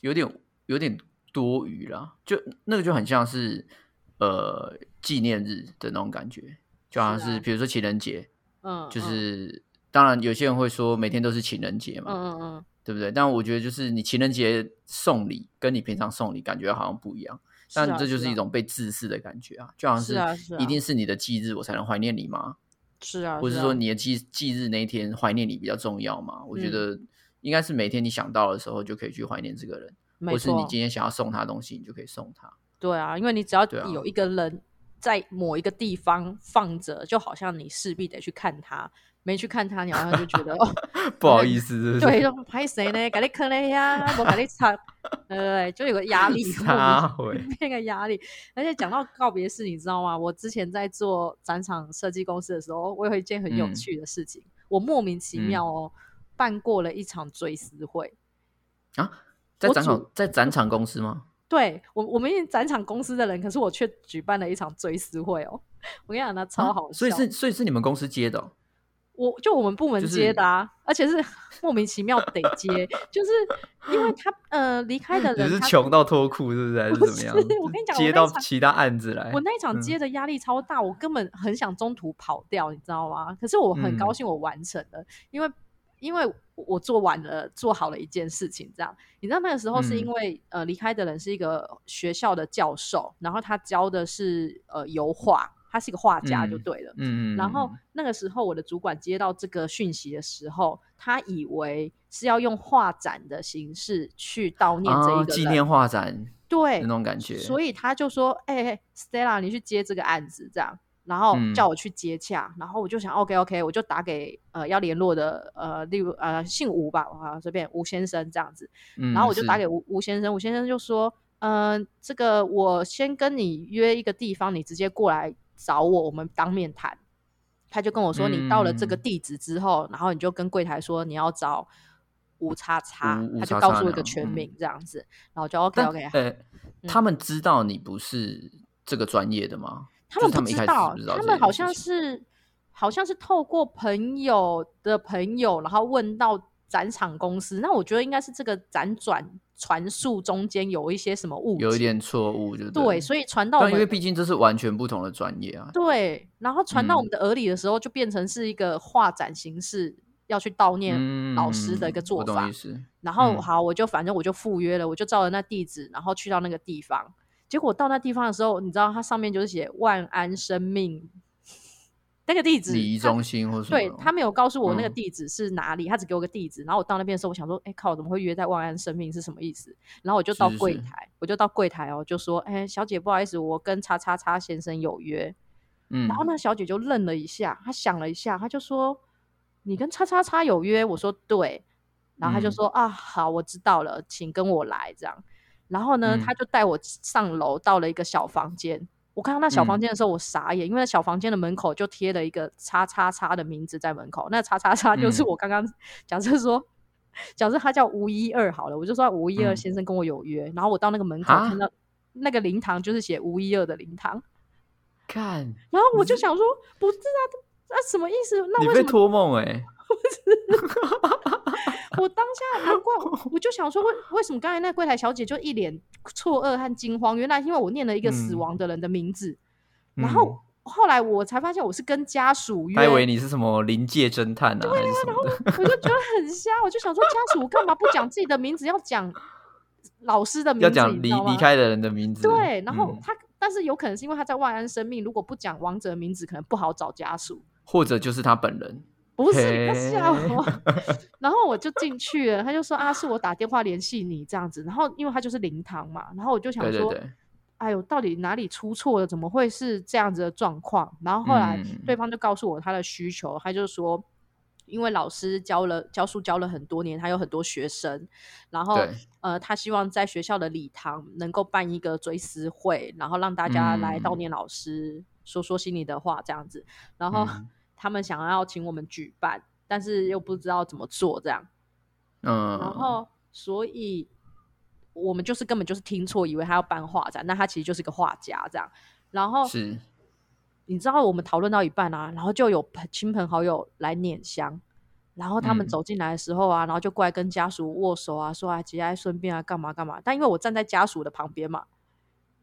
Speaker 2: 有点有点多余啦，就那个就很像是呃纪念日的那种感觉，就好像
Speaker 1: 是啊
Speaker 2: 是比如说情人节，
Speaker 1: 嗯，
Speaker 2: 就
Speaker 1: 嗯
Speaker 2: 是当然有些人会说每天都是情人节嘛，
Speaker 1: 嗯嗯嗯，
Speaker 2: 对不对？但我觉得就是你情人节送礼跟你平常送礼感觉好像不一样，
Speaker 1: 是
Speaker 2: 但
Speaker 1: 啊
Speaker 2: 这就是
Speaker 1: 啊
Speaker 2: 一种被自私的感觉啊，就好像
Speaker 1: 是啊是啊
Speaker 2: 一定是你的忌日我才能怀念你吗？
Speaker 1: 是啊，
Speaker 2: 或是
Speaker 1: 啊
Speaker 2: 说你的忌忌日那一天怀念你比较重要嘛？我
Speaker 1: 嗯
Speaker 2: 觉得应该是每天你想到的时候就可以去怀念这个人，
Speaker 1: 没
Speaker 2: 或是你
Speaker 1: 错
Speaker 2: 今天想要送他东西，你就可以 送他。
Speaker 1: 对啊，因为你只要
Speaker 2: 对啊
Speaker 1: 有一个人在某一个地方放着，就好像你势必得去看他，没去看他，你好像就觉 得哦，
Speaker 2: 不好意思，是不是
Speaker 1: 对，就拍谁呢？给你坑了呀，我给你惨，对对对，就有个压力，
Speaker 2: 撒 回
Speaker 1: 那个压力。而且讲到告别式，你知道吗？我之前在做展场设计公司的时候，我有一件很有
Speaker 2: 嗯
Speaker 1: 趣的事情，我莫名其
Speaker 2: 嗯
Speaker 1: 妙哦，办过了一场追思会。
Speaker 2: 啊！在
Speaker 1: 我
Speaker 2: 展
Speaker 1: 主
Speaker 2: 场在展场公司吗？
Speaker 1: 对我，我们一展场公司的人，可是我却举办了一场追思会哦。 我跟你讲，那超
Speaker 2: 啊
Speaker 1: 好笑。
Speaker 2: 所以是所以是你们公司接的哦、
Speaker 1: 我就我们部门
Speaker 2: 就是
Speaker 1: 接的啊，而且是 莫名其妙得接，就是因为他呃离开的
Speaker 2: 只
Speaker 1: 人
Speaker 2: 是
Speaker 1: 他
Speaker 2: 穷到脱裤，是不是？还是
Speaker 1: 不
Speaker 2: 怎么
Speaker 1: 是
Speaker 2: 样？
Speaker 1: 我跟你讲我
Speaker 2: 接
Speaker 1: 那
Speaker 2: 到
Speaker 1: 场
Speaker 2: 其他案子来
Speaker 1: 我。那一场
Speaker 2: 嗯
Speaker 1: 接的压力超大，我根本很想中途跑掉，你知道吗？可是我很高
Speaker 2: 嗯
Speaker 1: 兴我完成了，因为因为我做完了，做好了一件事情，这样。你知道那个时候是因
Speaker 2: 嗯
Speaker 1: 为、呃离开的人是一个学校的教授，然后他教的是呃油画，他是一个画家就
Speaker 2: 嗯
Speaker 1: 对了。
Speaker 2: 嗯嗯。
Speaker 1: 然后
Speaker 2: 嗯
Speaker 1: 那个时候，我的主管接到这个讯息的时候，他以为是要用画展的形式去悼念这
Speaker 2: 啊，
Speaker 1: 一个
Speaker 2: 纪
Speaker 1: 人，
Speaker 2: 念嗯画展
Speaker 1: 对
Speaker 2: 那，种感觉。
Speaker 1: 所以他就说：“哎、欸、，Stella，你去接这个案子，这样。”然后
Speaker 2: 嗯
Speaker 1: 叫我去接洽，然后我就想，OK OK，我就打给呃要联络的呃，例如呃姓吴吧，啊随便吴先生这样子，
Speaker 2: 嗯，
Speaker 1: 然后我就打
Speaker 2: 是
Speaker 1: 给吴吴先生，吴先生就说：“嗯、这个我先跟你约一个地方，你直接过来找我，我们当面谈。”他就跟我说：“你到了这个
Speaker 2: 嗯
Speaker 1: 地址之后，然后你就跟柜台说你要找吴叉叉
Speaker 2: 吴，吴
Speaker 1: 他
Speaker 2: 叉
Speaker 1: 就告
Speaker 2: 叉
Speaker 1: 诉我一个
Speaker 2: 那样
Speaker 1: 全
Speaker 2: 嗯
Speaker 1: 名这样子，然后我就 OK
Speaker 2: 但
Speaker 1: OK，
Speaker 2: 呃，
Speaker 1: 嗯
Speaker 2: 他们知道你不是这个专业的吗？
Speaker 1: 他
Speaker 2: 就
Speaker 1: 们
Speaker 2: 是他
Speaker 1: 不
Speaker 2: 们一
Speaker 1: 知
Speaker 2: 开始
Speaker 1: 道
Speaker 2: 不知，道
Speaker 1: 他
Speaker 2: 这
Speaker 1: 们
Speaker 2: 件
Speaker 1: 好
Speaker 2: 事
Speaker 1: 像
Speaker 2: 情
Speaker 1: 是好像是透过朋友的朋友，然后问到展场公司。那我觉得应该是这个辗转传述中间有一些什么误解，
Speaker 2: 有一点错误，就
Speaker 1: 对，所
Speaker 2: 以
Speaker 1: 以传到我
Speaker 2: 但因为
Speaker 1: 们
Speaker 2: 毕竟这是完全不同的专业啊。
Speaker 1: 对，然后传到我
Speaker 2: 嗯
Speaker 1: 们的耳里的时候，就变成是一个画展形式要去悼念。
Speaker 2: 嗯，
Speaker 1: 老师的一个做
Speaker 2: 我懂
Speaker 1: 法
Speaker 2: 意思。
Speaker 1: 然后
Speaker 2: 嗯
Speaker 1: 好，我就反正我就赴约了，我就照着那地址，然后去到那个地方。结果到那地方的时候，你知道它上面就是写万安生命那个地址，
Speaker 2: 礼仪
Speaker 1: 它
Speaker 2: 中心或什么
Speaker 1: 对
Speaker 2: 的吗？
Speaker 1: 他没有告诉我那个
Speaker 2: 嗯
Speaker 1: 地址是哪里，他只给我个地址。然后我到那边的时候，我想说，哎、靠，怎么会约在万安生命是什么意思？然后我就是到
Speaker 2: 是
Speaker 1: 柜
Speaker 2: 是
Speaker 1: 台，我就到柜台哦，就说，哎、小姐，不好意思，我跟叉叉叉先生有约。
Speaker 2: 嗯，
Speaker 1: 然后那小姐就愣了一下，她想了一下，她就说，你跟叉叉叉有约？我说对。然后她就
Speaker 2: 嗯
Speaker 1: 说，啊，好，我知道了，请跟我来这样。然后呢，
Speaker 2: 嗯
Speaker 1: 她就带我上楼到了一个小房间。我看到那小
Speaker 2: 嗯
Speaker 1: 房间的时候，我傻眼，因为那小房间的门口就贴了一个叉叉叉的名字在门口。那叉叉叉就是
Speaker 2: 嗯
Speaker 1: 我刚刚假设说，假设他叫吴一二好了，我就说吴一二
Speaker 2: 嗯
Speaker 1: 先生跟我有约，然后我到那个门口
Speaker 2: 啊
Speaker 1: 看到那个灵堂就是写吴一二的灵堂，
Speaker 2: 看
Speaker 1: 然后我就
Speaker 2: 你是
Speaker 1: 想说，不是啊，那、啊、什么意思？那
Speaker 2: 嗯你
Speaker 1: 为
Speaker 2: 被
Speaker 1: 什么
Speaker 2: 托梦哎，
Speaker 1: 我当 下难怪我，我就想说为为什么刚才那柜台小姐就一脸错愕和惊慌？原来因为我念了一个死
Speaker 2: 嗯
Speaker 1: 亡的人的名字，然后后来我才发现我是跟家属约，
Speaker 2: 嗯他以为你是什么临界侦探啊，还是什么的？
Speaker 1: 我就觉得很瞎，我就想说家属干嘛不讲自己的名字，要讲老师的名字，
Speaker 2: 要讲
Speaker 1: 你知
Speaker 2: 离
Speaker 1: 道吗
Speaker 2: 离开的人的名字。
Speaker 1: 对，然后
Speaker 2: 嗯
Speaker 1: 他、但是有可能是因为他在万安生命，如果不讲王者的名字，可能不好找家属。
Speaker 2: 或者就是他本人。
Speaker 1: 不是你在吓
Speaker 2: 嘿
Speaker 1: 我， 然后我就进去了，他就说啊，是我打电话联系你这样子，然后因为他就是灵堂嘛，然后我就想
Speaker 2: 对对
Speaker 1: 说，
Speaker 2: 对，
Speaker 1: 哎呦，到底哪里出错了？怎么会是这样子的状况？然后后来
Speaker 2: 嗯
Speaker 1: 对方就告诉我他的需求，他就说，因为老师教了教书教了很多年，他有很多学生，然后
Speaker 2: 对
Speaker 1: 呃，他希望在学校的礼堂能够办一个追思会，然后让大家来悼
Speaker 2: 嗯
Speaker 1: 念老师，说说心里的话这样子。然后
Speaker 2: 嗯
Speaker 1: 他们想要请我们举办，但是又不知道怎么做这样。
Speaker 2: 嗯，
Speaker 1: 然后所以我们就是根本就是听错，以为他要办画展，那他其实就是个画家这样。然后
Speaker 2: 是
Speaker 1: 你知道我们讨论到一半啊，然后就有朋亲朋好友来捻香，然后他们
Speaker 2: 嗯
Speaker 1: 走进来的时候啊，然后就过来跟家属握手啊，说啊节哀顺变啊，干嘛干嘛。但因为我站在家属的旁边嘛，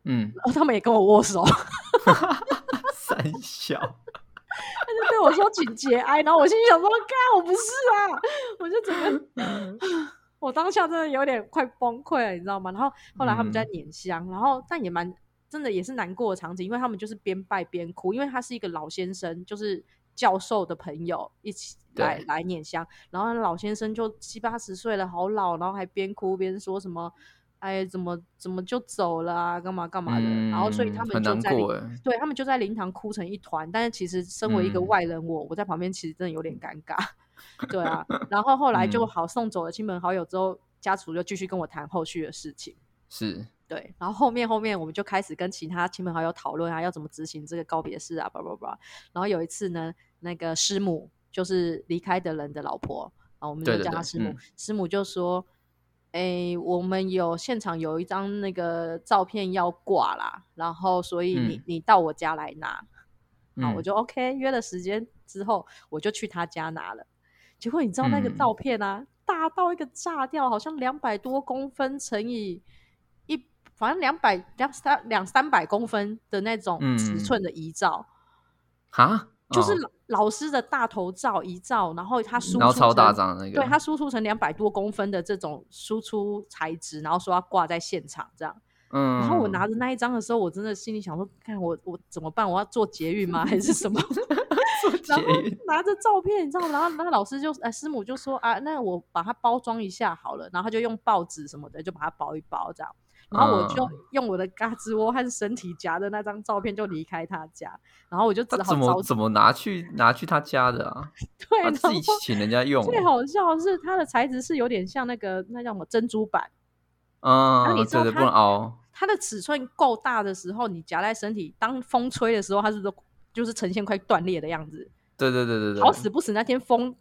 Speaker 2: 嗯，
Speaker 1: 然后他们也跟我握手，他
Speaker 2: 三小，
Speaker 1: 就对我说请节哀，然后我心里想说，干我不是啊，我就整个
Speaker 2: 嗯
Speaker 1: 我当下真的有点快崩溃了，你知道吗？然后后来他
Speaker 2: 嗯
Speaker 1: 们就在捻香，然后但也蛮真的也是难过的场景，因为他们就是边拜边哭，因为他是一个老先生，就是教授的朋友一起来
Speaker 2: 对
Speaker 1: 来捻香，然后那老先生就七八十岁了，好老，然后还边哭边说什么。哎，怎么怎么就走了啊？干嘛 干嘛的？然后所以
Speaker 2: 嗯
Speaker 1: 他们
Speaker 2: 很
Speaker 1: 就
Speaker 2: 难
Speaker 1: 在灵
Speaker 2: 过哎。
Speaker 1: 对他们就在灵堂哭成一团，但是其实身为一个
Speaker 2: 嗯
Speaker 1: 外人我，我在旁边其实真的有点尴尬，对啊。然后后来就
Speaker 2: 嗯
Speaker 1: 好送走了亲朋好友之后，家属就继续跟我谈后续的事情，
Speaker 2: 是，
Speaker 1: 对。然后后面后面我们就开始跟其他亲朋好友讨论啊，要怎么执行这个告别式啊，叭叭叭。然后有一次呢，那个师母就是离开的人的老婆啊，我们
Speaker 2: 对
Speaker 1: 就
Speaker 2: 对
Speaker 1: 叫她
Speaker 2: 对，
Speaker 1: 师母，
Speaker 2: 嗯
Speaker 1: 师母就说。诶，我们有现场有一张那个照片要挂啦，然后所以你、
Speaker 2: 嗯
Speaker 1: 你到我家来拿，啊，
Speaker 2: 嗯
Speaker 1: 我就 OK 约了时间之后，我就去他家拿了。结果你知道那个
Speaker 2: 嗯
Speaker 1: 照片啊，大到一个炸掉，好像两百多公分乘以一，反正两百两三两三百公分的那种
Speaker 2: 嗯
Speaker 1: 尺寸的遗照，
Speaker 2: 哈，
Speaker 1: 就是
Speaker 2: 哦
Speaker 1: 老老师的大头照遗照，然后他输
Speaker 2: 然后
Speaker 1: 出
Speaker 2: 超大
Speaker 1: 成
Speaker 2: 张的那个，
Speaker 1: 对，它输出成两百多公分的这种输出材质，然后说要挂在现场这样。
Speaker 2: 嗯，
Speaker 1: 然后我拿着那一张的时候，我真的心里想说，看我我怎么办？我要做捷运吗？还是什么？
Speaker 2: 做
Speaker 1: 然
Speaker 2: 捷
Speaker 1: 后
Speaker 2: 运，
Speaker 1: 拿着照片，你知道吗？然后那老师就呃师母就说啊，那我把它包装一下好了，然后他就用报纸什么的就把它包一包这样。然后我就
Speaker 2: 嗯
Speaker 1: 用我的嘎吱窝和身体夹着那张照片就离开他家，然后我就只
Speaker 2: 他
Speaker 1: 好
Speaker 2: 怎
Speaker 1: 找
Speaker 2: 么怎么拿去拿去他家的啊？
Speaker 1: 对，
Speaker 2: 他
Speaker 1: 然
Speaker 2: 自
Speaker 1: 后
Speaker 2: 己请人家用哦，
Speaker 1: 最好笑的是它的材质是有点像那个那叫什么珍珠板，那
Speaker 2: 嗯，
Speaker 1: 你知道
Speaker 2: 对对，
Speaker 1: 他
Speaker 2: 不能凹，
Speaker 1: 它的尺寸够大的时候，你夹在身体，当风吹的时候，它是不是都就是呈现快断裂的样子？
Speaker 2: 对对对对对，
Speaker 1: 好死不死，那天风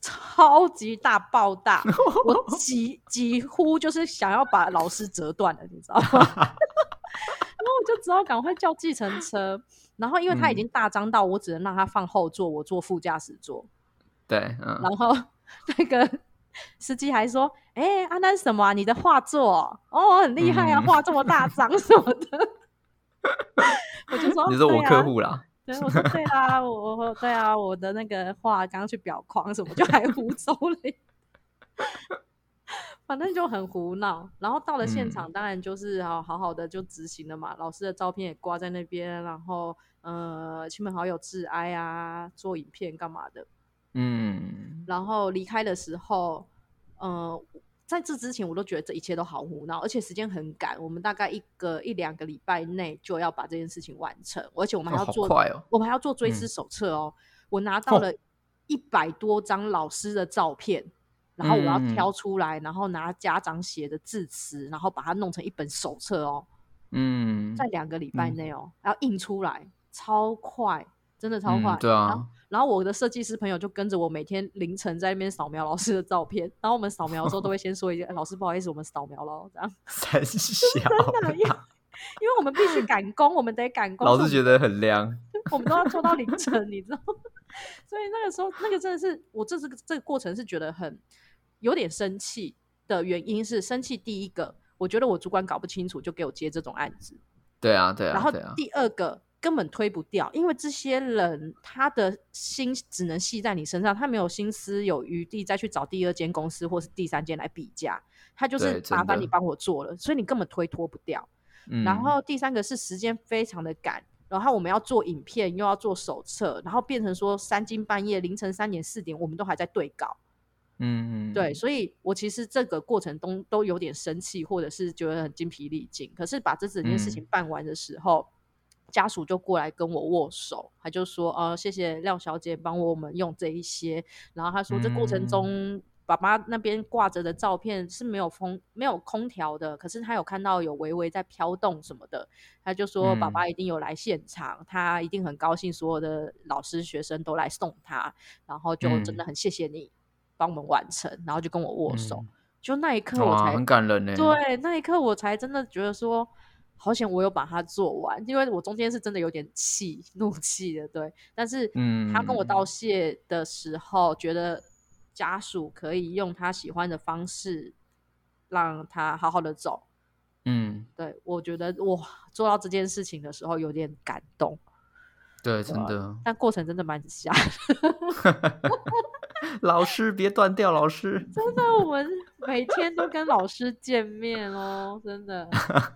Speaker 1: 超 级大爆 大，我几几乎就是想要把老师折断了，你知道吗？ 然后我就只好赶快叫计程车，然后因为
Speaker 2: 嗯
Speaker 1: 它已经大张到我只能让它放后座，我坐副驾驶座，
Speaker 2: 对，嗯，
Speaker 1: 然后那个司机还说：“哎、啊，那是什么啊？你的画作哦哦，很厉害啊，
Speaker 2: 嗯
Speaker 1: 画这么大张什么的。” 我就说：“
Speaker 2: 你说我
Speaker 1: 对啊
Speaker 2: 客户啦，
Speaker 1: 对，我说对啊，我我对啊，我的那个画刚刚去裱框什么，就还胡诌了，反正就很胡闹。然后到了现场，当然就是好好好的就执行了嘛。老师的照片也挂在那边，然后呃，亲朋好友致哀啊，做影片干嘛的。
Speaker 2: 嗯，
Speaker 1: 然后离开的时候，呃，在这之前我都觉得这一切都好胡闹，而且时间很赶，我们大概一个一两个礼拜内就要把这件事情完成，而且我们
Speaker 2: 哦
Speaker 1: 还要
Speaker 2: 好
Speaker 1: 做，
Speaker 2: 快哦，
Speaker 1: 我们还要做追思
Speaker 2: 嗯
Speaker 1: 手册哦。我拿到
Speaker 2: 哦
Speaker 1: 了一百多张老师的照片，然后我要
Speaker 2: 嗯嗯嗯
Speaker 1: 挑出来，然后拿家长写的字词，然后把它弄成一本手册哦，
Speaker 2: 嗯，
Speaker 1: 在两个礼拜
Speaker 2: 嗯
Speaker 1: 内哦，要印出来，超快，真的超
Speaker 2: 嗯
Speaker 1: 快。
Speaker 2: 对
Speaker 1: 然后
Speaker 2: 啊，
Speaker 1: 然后我的设计师朋友就跟着我每天凌晨在那边扫描老师的照片，然后我们扫描的时候都会先说一句：“哎老师，不好意思，我们扫描了哦。”这样，
Speaker 2: 三小，
Speaker 1: 真的因为因为我们必须赶工，我们得赶工，
Speaker 2: 老
Speaker 1: 所以
Speaker 2: 师觉得很亮，
Speaker 1: 我们都要做到凌晨，你知道吗？ 所以那个时候，那个真的是我这是这个过程是觉得很有点生气的原因是，生气第一个，我觉得我主管搞不清楚就给我接这种案子，
Speaker 2: 对啊对
Speaker 1: 然
Speaker 2: 啊
Speaker 1: 后
Speaker 2: 对啊，
Speaker 1: 第二个根本推不掉，因为这些人他的心只能系在你身上，他没有心思有余地再去找第二间公司或是第三间来比价，他就是
Speaker 2: 对真
Speaker 1: 麻烦你
Speaker 2: 的
Speaker 1: 帮我做了，所以你根本推脱不掉。
Speaker 2: 嗯
Speaker 1: 然后第三个是时间非常的赶，然后我们要做影片，又要做手册，然后变成说三更半夜凌晨三点四点，我们都还在对稿。
Speaker 2: 嗯嗯
Speaker 1: 对，所以我其实这个过程中都有点生气，或者是觉得很精疲力尽。可是把这整件
Speaker 2: 嗯
Speaker 1: 事情办完的时候，家属就过来跟我握手，他就说：“呃，谢谢廖小姐帮我们用这一些。”然后他说：“这过
Speaker 2: 嗯
Speaker 1: 程中，爸爸那边挂着的照片是没有风、没有空调的，可是他有看到有微微在飘动什么的。”他就说：“爸
Speaker 2: 嗯
Speaker 1: 爸一定有来现场，他一定很高兴，所有的老师、学生都来送他，然后就真的
Speaker 2: 嗯
Speaker 1: 很谢谢你。帮我们完成，然后就跟我握手。
Speaker 2: 嗯
Speaker 1: 就那一刻我
Speaker 2: 哇，
Speaker 1: 才
Speaker 2: 很感人呢，
Speaker 1: 对，那一刻我才真的觉得说，好险我有把它做完，因为我中间是真的有点气怒气的，对。但是
Speaker 2: 嗯
Speaker 1: 他跟我道谢的时候，觉得家属可以用他喜欢的方式让他好好的走。
Speaker 2: 嗯，
Speaker 1: 对我觉得哇，做到这件事情的时候有点感动，
Speaker 2: 对，真的，
Speaker 1: 但过程真的蛮瞎
Speaker 2: 老师别断掉，老师，
Speaker 1: 真的， 我们每天都跟老师见面哦，真的。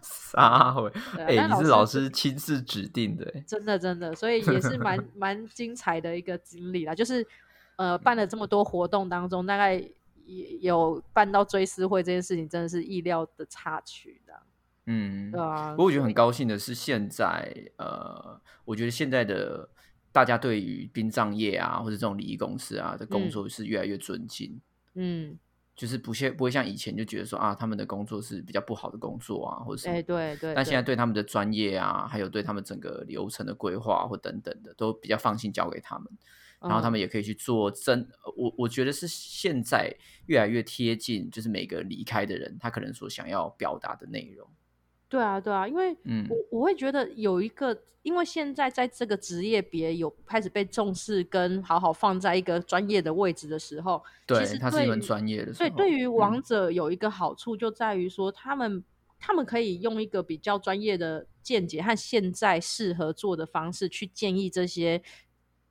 Speaker 2: 撒回，
Speaker 1: 对啊
Speaker 2: 哎，
Speaker 1: 但
Speaker 2: 你是
Speaker 1: 老
Speaker 2: 老
Speaker 1: 师
Speaker 2: 师亲自指定的欸，
Speaker 1: 真的真的，所以也是蛮蛮精彩的一个经历啦。就是呃，办了这么多活动当中，大概也有办到追思会这件事情，真的是意料的插曲的，
Speaker 2: 嗯，
Speaker 1: 对啊
Speaker 2: 不。过我觉得很高兴的是，现在呃，我觉得现在的大家对于殡葬业啊，或者这种礼仪公司啊的工作是越来越尊敬，
Speaker 1: 嗯，
Speaker 2: 就是不像不会像以前就觉得说啊，他们的工作是比较不好的工作啊，或者什
Speaker 1: 哎、
Speaker 2: 么。
Speaker 1: 对对，
Speaker 2: 但现在
Speaker 1: 对
Speaker 2: 对他们的专业啊，还有对他们整个流程的规划或等等的，都比较放心交给他们。然后
Speaker 1: 嗯
Speaker 2: 他们也可以去做真，我我觉得是现在越来越贴近，就是每个离开的人他可能所想要表达的内容。
Speaker 1: 对啊，对啊，因为
Speaker 2: 嗯
Speaker 1: 我我会觉得有一个，因为现在在这个职业别有开始被重视，跟好好放在一个专业的位置的时候，
Speaker 2: 对
Speaker 1: 其，实
Speaker 2: 它是一门
Speaker 1: 于
Speaker 2: 专业的时
Speaker 1: 所
Speaker 2: 候。
Speaker 1: 以对于
Speaker 2: 嗯
Speaker 1: 王者有一个好处，就在于说他们、他们可以用一个比较专业的见解和现在适合做的方式去建议这些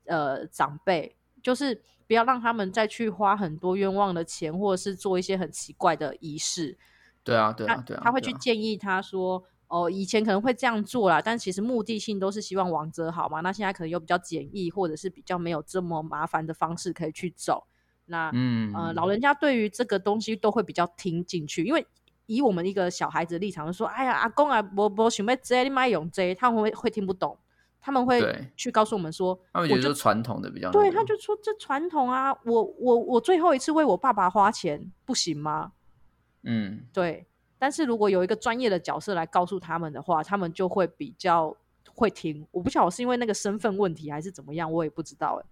Speaker 1: 呃长辈，就是不要让他们再去花很多冤枉的钱，或者是做一些很奇怪的仪式。
Speaker 2: 对啊，对
Speaker 1: 他
Speaker 2: 啊，对啊，
Speaker 1: 他会
Speaker 2: 对
Speaker 1: 去
Speaker 2: 啊
Speaker 1: 建议他说。哦，以前可能会这样做啦，但其实目的性都是希望王者好嘛。那现在可能有比较简易，或者是比较没有这么麻烦的方式可以去走。那
Speaker 2: 嗯
Speaker 1: 呃，老人家对于这个东西都会比较听进去，因为以我们一个小孩子的立场，就说：“哎呀，阿公啊，伯伯，想要这你买用这，他们会会听不懂，他们会
Speaker 2: 对
Speaker 1: 去告诉我们说，
Speaker 2: 他们觉得就是传统的比较那
Speaker 1: 对，
Speaker 2: 个
Speaker 1: 他就说这传统啊，我我我最后一次为我爸爸花钱，不行吗？
Speaker 2: 嗯
Speaker 1: 对，但是如果有一个专业的角色来告诉他们的话，他们就会比较会听。我不晓得是因为那个身份问题还是怎么样，我也不知道、欸。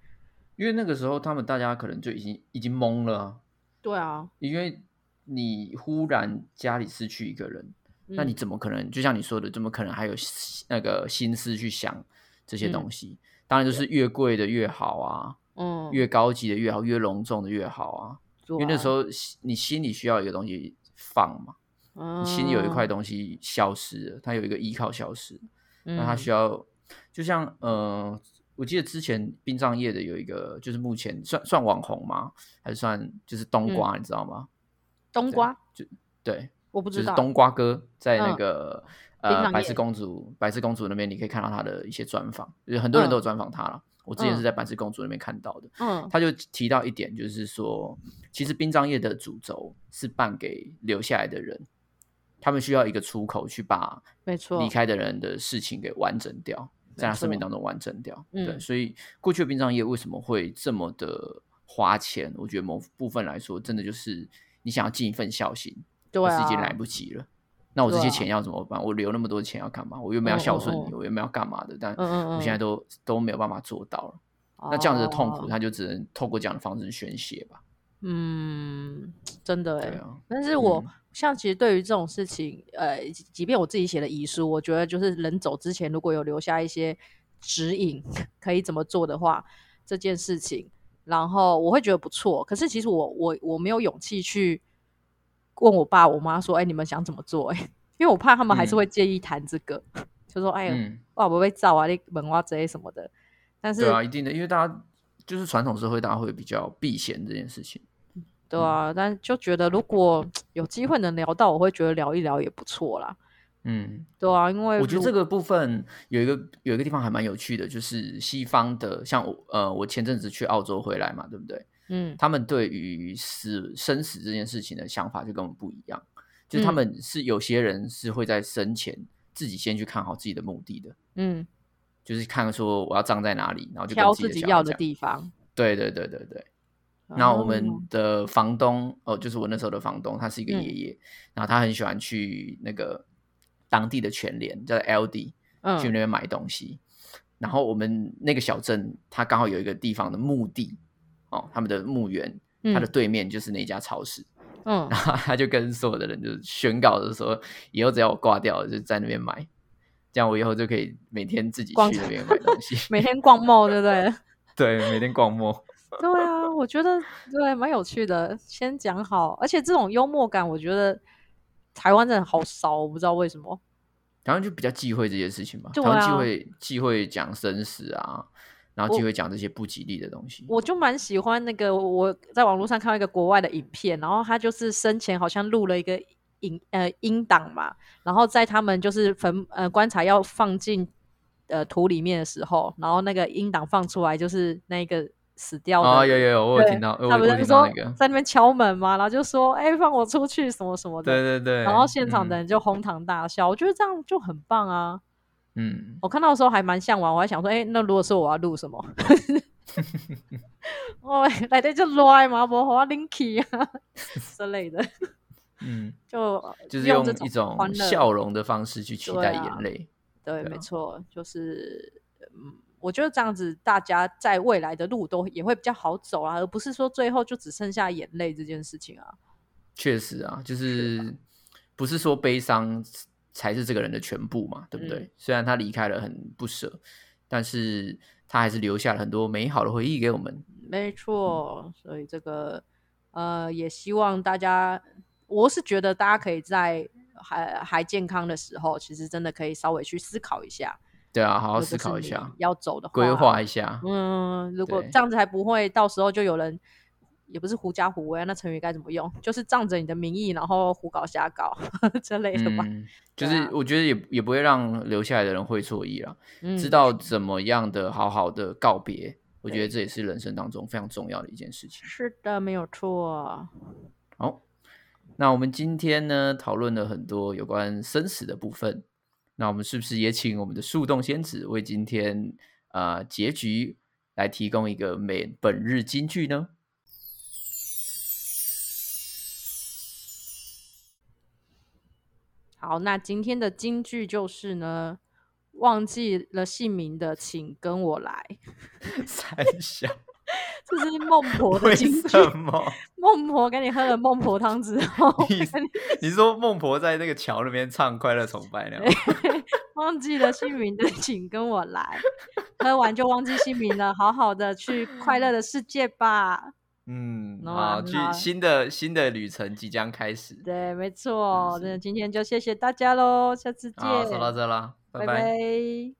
Speaker 2: 因为那个时候他们大家可能就已经已经懵了啊，
Speaker 1: 对啊，
Speaker 2: 因为你忽然家里失去一个人，那
Speaker 1: 嗯
Speaker 2: 你怎么可能？就像你说的，怎么可能还有心那个心思去想这些东西？当然就是越贵的越好啊，
Speaker 1: 嗯，
Speaker 2: 越高级的越好，越隆重的越好啊。
Speaker 1: 因
Speaker 2: 因为那时候心你心里需要一个东西放嘛，
Speaker 1: 候
Speaker 2: 你心里有一
Speaker 1: 嗯
Speaker 2: 块东西消失了，它有一个依靠消失了。
Speaker 1: 嗯
Speaker 2: 那他需要，就像呃，我记得之前殡葬业的有一个，就是目前算算网红吗？还是算就是冬瓜，你知道吗？
Speaker 1: 冬瓜，
Speaker 2: 对，
Speaker 1: 我嗯不
Speaker 2: 就
Speaker 1: 知
Speaker 2: 是
Speaker 1: 道。
Speaker 2: 冬瓜哥在那
Speaker 1: 嗯
Speaker 2: 个、
Speaker 1: 殡
Speaker 2: 呃
Speaker 1: 葬
Speaker 2: 白
Speaker 1: 业
Speaker 2: 痴公主白痴公主那边，你可以看到他的一些专访，就是很多人
Speaker 1: 嗯
Speaker 2: 都有专访他了。我之前
Speaker 1: 嗯
Speaker 2: 是在白痴公主那边看到的，
Speaker 1: 嗯
Speaker 2: 他就提到一点，就是说，其实殡葬业的主轴是办给留下来的人，他们需要一个出口去把，
Speaker 1: 没错
Speaker 2: 离开的人的事情给完整掉，在他
Speaker 1: 没错
Speaker 2: 生命当中完整掉。对，
Speaker 1: 嗯
Speaker 2: 所以过去的殡葬业为什么会这么的花钱？我觉得某部分来说，真的就是你想要尽一份孝心，
Speaker 1: 对
Speaker 2: 可是
Speaker 1: 啊，
Speaker 2: 已经来不及了。那我这
Speaker 1: 对
Speaker 2: 些
Speaker 1: 啊
Speaker 2: 钱要怎么办？我留那么多钱要干嘛？我原本要
Speaker 1: 嗯
Speaker 2: 孝
Speaker 1: 嗯
Speaker 2: 顺
Speaker 1: 嗯
Speaker 2: 你，我原本要干嘛的？但
Speaker 1: 嗯嗯嗯，
Speaker 2: 我现在都都没有办法做到了。那这样子的痛
Speaker 1: 哦
Speaker 2: 苦，他就只能透过这样的方式宣泄吧。
Speaker 1: 嗯，真的哎、
Speaker 2: 对啊，
Speaker 1: 但是我、
Speaker 2: 嗯
Speaker 1: 像其实对于这种事情，呃，即即便我自己写的遗书，我觉得就是人走之前如果有留下一些指引，可以怎么做的话，这件事情，然后我会觉得不错。可是其实我我我没有勇气去问我爸我妈说，哎、你们想怎么做、哎，因为我怕他们还是
Speaker 2: 嗯
Speaker 1: 会介意谈这个，就说哎呦，
Speaker 2: 嗯，
Speaker 1: 哇，我被照啊，你门哇这些什么的。但是
Speaker 2: 对啊，一定的，因为大家就是传统社会，大家会比较避嫌这件事情。
Speaker 1: 对
Speaker 2: 嗯
Speaker 1: 啊，但就觉得如果有机会能聊到，我会觉得聊一聊也不错啦。
Speaker 2: 嗯，
Speaker 1: 对啊，因为
Speaker 2: 我觉得
Speaker 1: 如
Speaker 2: 这个部分有一个有一个地方还蛮有趣的，就是西方的，像我呃，我前阵子去澳洲回来嘛，对不对？
Speaker 1: 嗯
Speaker 2: 他们对于死生死这件事情的想法就跟我们不一样，就是他
Speaker 1: 嗯
Speaker 2: 们是有些人是会在生前自己先去看好自己的墓地的，
Speaker 1: 嗯，
Speaker 2: 就是看说我要葬在哪里，然后就跟
Speaker 1: 挑
Speaker 2: 自
Speaker 1: 自
Speaker 2: 己
Speaker 1: 己
Speaker 2: 的小
Speaker 1: 要
Speaker 2: 孩
Speaker 1: 的
Speaker 2: 讲。
Speaker 1: 地方。
Speaker 2: 对对对对对。那我
Speaker 1: 哦
Speaker 2: 们的房东哦，就是我那时候的房东，他是一个
Speaker 1: 嗯
Speaker 2: 爷爷，然后他很喜欢去那个当地的全联，叫做 LD，去那
Speaker 1: 嗯
Speaker 2: 边买东西。然后我们那个小镇，它刚好有一个地方的墓地哦，他们的墓园，它的
Speaker 1: 嗯
Speaker 2: 对面就是那家超市。
Speaker 1: 嗯
Speaker 2: 然后他就跟所有的人就是宣告着说，以后只要我挂掉了，就在那边买，这样我以后就可以每天自己
Speaker 1: 逛
Speaker 2: 去那边买东
Speaker 1: 。
Speaker 2: 西
Speaker 1: 每天逛 mall 对不对？
Speaker 2: 对，每天逛摸。
Speaker 1: 对啊，我觉得对蛮有趣的。先讲好，而且这种幽默感，我觉得台湾真的好少，我不知道为什么。
Speaker 2: 台湾就比较忌讳这些事情吧，
Speaker 1: 对
Speaker 2: 台湾
Speaker 1: 啊
Speaker 2: 忌讳忌讳讲生死啊，然后
Speaker 1: 我
Speaker 2: 忌讳讲这些不吉利的东西。
Speaker 1: 我就蛮喜欢那个，我在网络上看到一个国外的影片，然后他就是生前好像录了一个影呃音档嘛，然后在他们就是坟呃棺材要放进呃土里面的时候，然后那个音档放出来就是那个死掉的。
Speaker 2: 哦，有有有，我有
Speaker 1: 对
Speaker 2: 听到，我
Speaker 1: 他
Speaker 2: 有
Speaker 1: 不
Speaker 2: 我有
Speaker 1: 是
Speaker 2: 听
Speaker 1: 说
Speaker 2: 到那个，
Speaker 1: 在那边敲门嘛，然后就说：“哎、放我出去，什么什么的。
Speaker 2: 对对对。
Speaker 1: 然后现场的
Speaker 2: 嗯
Speaker 1: 人就哄堂大笑，我觉得这样就很棒啊！
Speaker 2: 嗯，
Speaker 1: 我看到的时候还蛮向往，我还想说：“哎、那如果是我要录什么？” 哦，来的就赖嘛，我我 Linky 啊之类的，
Speaker 2: 嗯
Speaker 1: 就
Speaker 2: 就是
Speaker 1: 用
Speaker 2: 用
Speaker 1: 这
Speaker 2: 一
Speaker 1: 种
Speaker 2: 种
Speaker 1: 欢乐
Speaker 2: 笑容的方式去期
Speaker 1: 对
Speaker 2: 待
Speaker 1: 啊
Speaker 2: 眼泪。
Speaker 1: 对，
Speaker 2: 对
Speaker 1: 没
Speaker 2: 啊
Speaker 1: 错，就是嗯，我觉得这样子，大家在未来的路都也会比较好走啊，而不是说最后就只剩下眼泪这件事情啊。
Speaker 2: 确实啊，就是不是说悲伤才是这个人的全部嘛，对不对？
Speaker 1: 嗯
Speaker 2: 虽然他离开了很不舍，但是他还是留下了很多美好的回忆给我们。
Speaker 1: 没错，所以这个呃，也希望大家，我是觉得大家可以在还还健康的时候，其实真的可以稍微去思考一下，
Speaker 2: 对啊，好好
Speaker 1: 如
Speaker 2: 思
Speaker 1: 果是
Speaker 2: 考一
Speaker 1: 你
Speaker 2: 下，
Speaker 1: 要走的话
Speaker 2: 规划一下。
Speaker 1: 嗯，如果
Speaker 2: 对
Speaker 1: 这样子还不会，到时候就有人也不是狐假虎威啊，那成语该怎么用？就是仗着你的名义，然后胡搞瞎搞 之类的吧。
Speaker 2: 嗯，就
Speaker 1: 对啊
Speaker 2: 是我觉得也也不会让留下来的人会错意啦，
Speaker 1: 嗯，
Speaker 2: 知道怎么样的好好的告别，我觉得
Speaker 1: 对
Speaker 2: 这也是人生当中非常重要的一件事情。
Speaker 1: 是的，没有错。
Speaker 2: 好，那我们今天呢讨论了很多有关生死的部分，那我们是不是也请我们的树洞仙子为今天呃结局来提供一个每本日金句呢？
Speaker 1: 好，那今天的金句就是呢，忘记了姓名的，请跟我来。
Speaker 2: 三小，
Speaker 1: 这是孟婆的
Speaker 2: 为
Speaker 1: 金句。
Speaker 2: 什么？
Speaker 1: 孟婆跟你喝了孟婆汤之后，
Speaker 2: 你你说孟婆在那个桥那边唱《快乐崇拜》那样？
Speaker 1: 忘记了姓名的，请跟我来。喝完就忘记姓名了，好好的去快乐的世界吧。
Speaker 2: 嗯，
Speaker 1: No 啊
Speaker 2: 好，去
Speaker 1: 很好
Speaker 2: 新的新的旅程即将开始。
Speaker 1: 对，没错。
Speaker 2: 嗯是
Speaker 1: 那今天就谢谢大家喽，下次见，
Speaker 2: 好，说到这啦，
Speaker 1: 拜
Speaker 2: 拜
Speaker 1: 拜